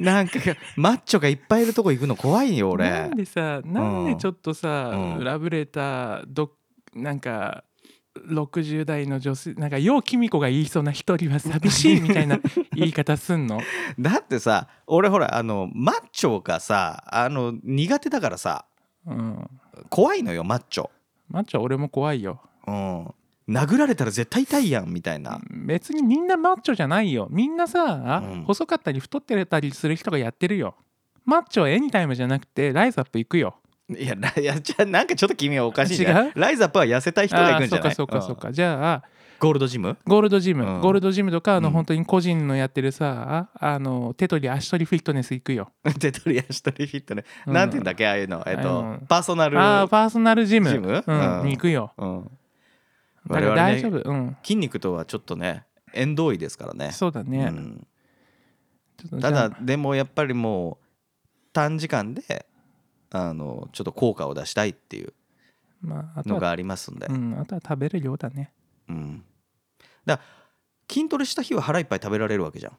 Speaker 1: なんかマッチョがいっぱいいるとこ行くの怖いよ俺
Speaker 2: なんでさなんでちょっとさ、
Speaker 1: うん
Speaker 2: ラブレターどなんか60代の女性なんかようきみこが言いそうな一人は寂しいみたいな言い方すんの
Speaker 1: だってさ俺ほらあのマッチョがさあの苦手だからさ
Speaker 2: うん
Speaker 1: 怖いのよマッチョ、
Speaker 2: マッチョは俺も怖いよ
Speaker 1: うん、殴られたら絶対痛いやんみたいな、
Speaker 2: 別にみんなマッチョじゃないよみんなさ、
Speaker 1: うん
Speaker 2: 細かったり太ってたりする人がやってるよマッチョはエニタイムじゃなくてライズアップ行くよ
Speaker 1: いやないやじゃあなんかちょっと君はおかしいじゃん
Speaker 2: 違う
Speaker 1: ライズアップは痩せたい人が行くんじゃ
Speaker 2: あ
Speaker 1: な
Speaker 2: ー
Speaker 1: い
Speaker 2: そうかそうかそう
Speaker 1: うん
Speaker 2: か、じゃあ
Speaker 1: ゴールドジム [LAUGHS]
Speaker 2: ゴールドジム、
Speaker 1: うん
Speaker 2: ゴールドジムとかあの、
Speaker 1: うん
Speaker 2: 本当に個人のやってるさあの手取り足取りフィットネス行くよ
Speaker 1: 手取り足取りフィットね、
Speaker 2: うん
Speaker 1: なんていうんだっけああいうの、えっと
Speaker 2: うん
Speaker 1: パーソナル
Speaker 2: ああパーソナルジム
Speaker 1: ジム
Speaker 2: うん
Speaker 1: うん
Speaker 2: に行くよ
Speaker 1: うん、
Speaker 2: だか
Speaker 1: 我
Speaker 2: ら
Speaker 1: 々、
Speaker 2: 大
Speaker 1: ね、
Speaker 2: 丈夫、うん
Speaker 1: 筋肉とはちょっとね縁遠いですからね
Speaker 2: そうだね、
Speaker 1: うん
Speaker 2: ちょっとじゃ
Speaker 1: た
Speaker 2: あ
Speaker 1: だでもやっぱりもう短時間であのちょっと効果を出したいっていう
Speaker 2: まああと
Speaker 1: の
Speaker 2: は
Speaker 1: がありますんで、
Speaker 2: うん、あとは食べる量だね [LAUGHS]
Speaker 1: うんだから筋トレした日は腹いっぱい食べられるわけじゃん、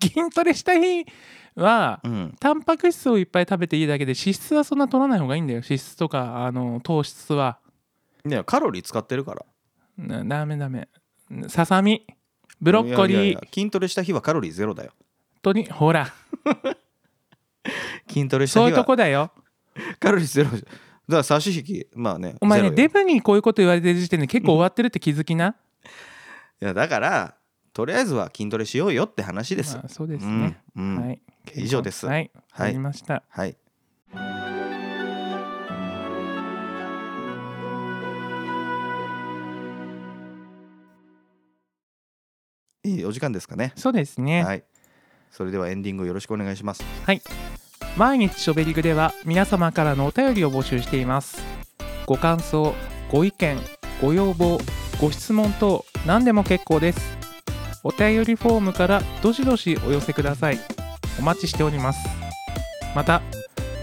Speaker 2: 筋トレした日は
Speaker 1: うん、
Speaker 2: タンパク質をいっぱい食べていいだけで脂質はそんな取らない方がいいんだよ脂質とかあの糖質は
Speaker 1: ねカロリー使ってるから
Speaker 2: なダメダメささみブロッコリー
Speaker 1: いやいやいや筋トレした日はカロリーゼロだよ
Speaker 2: 鶏ほら
Speaker 1: 筋トレした
Speaker 2: そう
Speaker 1: 日
Speaker 2: いうと
Speaker 1: は
Speaker 2: こだよ
Speaker 1: カロリーゼロだから差し引きまあね
Speaker 2: お前
Speaker 1: ゼ
Speaker 2: ね
Speaker 1: ロ
Speaker 2: デ
Speaker 1: よ
Speaker 2: ブにこういうこと言われてる時点で結構終わってるって気づきな、
Speaker 1: いやだからとりあえずは筋トレしようよって話です、
Speaker 2: まあ、そうですね、
Speaker 1: うん、うん
Speaker 2: はい
Speaker 1: 以上です
Speaker 2: はい
Speaker 1: はい
Speaker 2: わかりました、
Speaker 1: はい。いいお時間ですかね。
Speaker 2: そうですね、
Speaker 1: はい。それではエンディングよろしくお願いします。
Speaker 2: 毎日ショベリグでは皆様からのお便りを募集していますご感想ご意見ご要望ご質問等何でも結構ですお便りフォームからどしどしお寄せくださいお待ちしておりますまた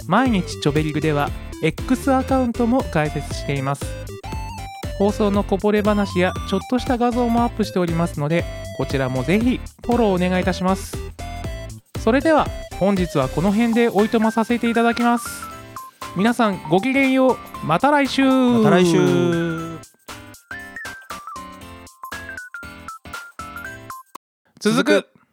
Speaker 2: 毎日チョベリグでは X アカウントも開設しています放送のこぼれ話やちょっとした画像もアップしておりますのでこちらもぜひフォローお願いいたしますそれでは本日はこの辺でおいとまさせていただきます皆さんごきげんようまた来週
Speaker 1: また来週。
Speaker 2: 続く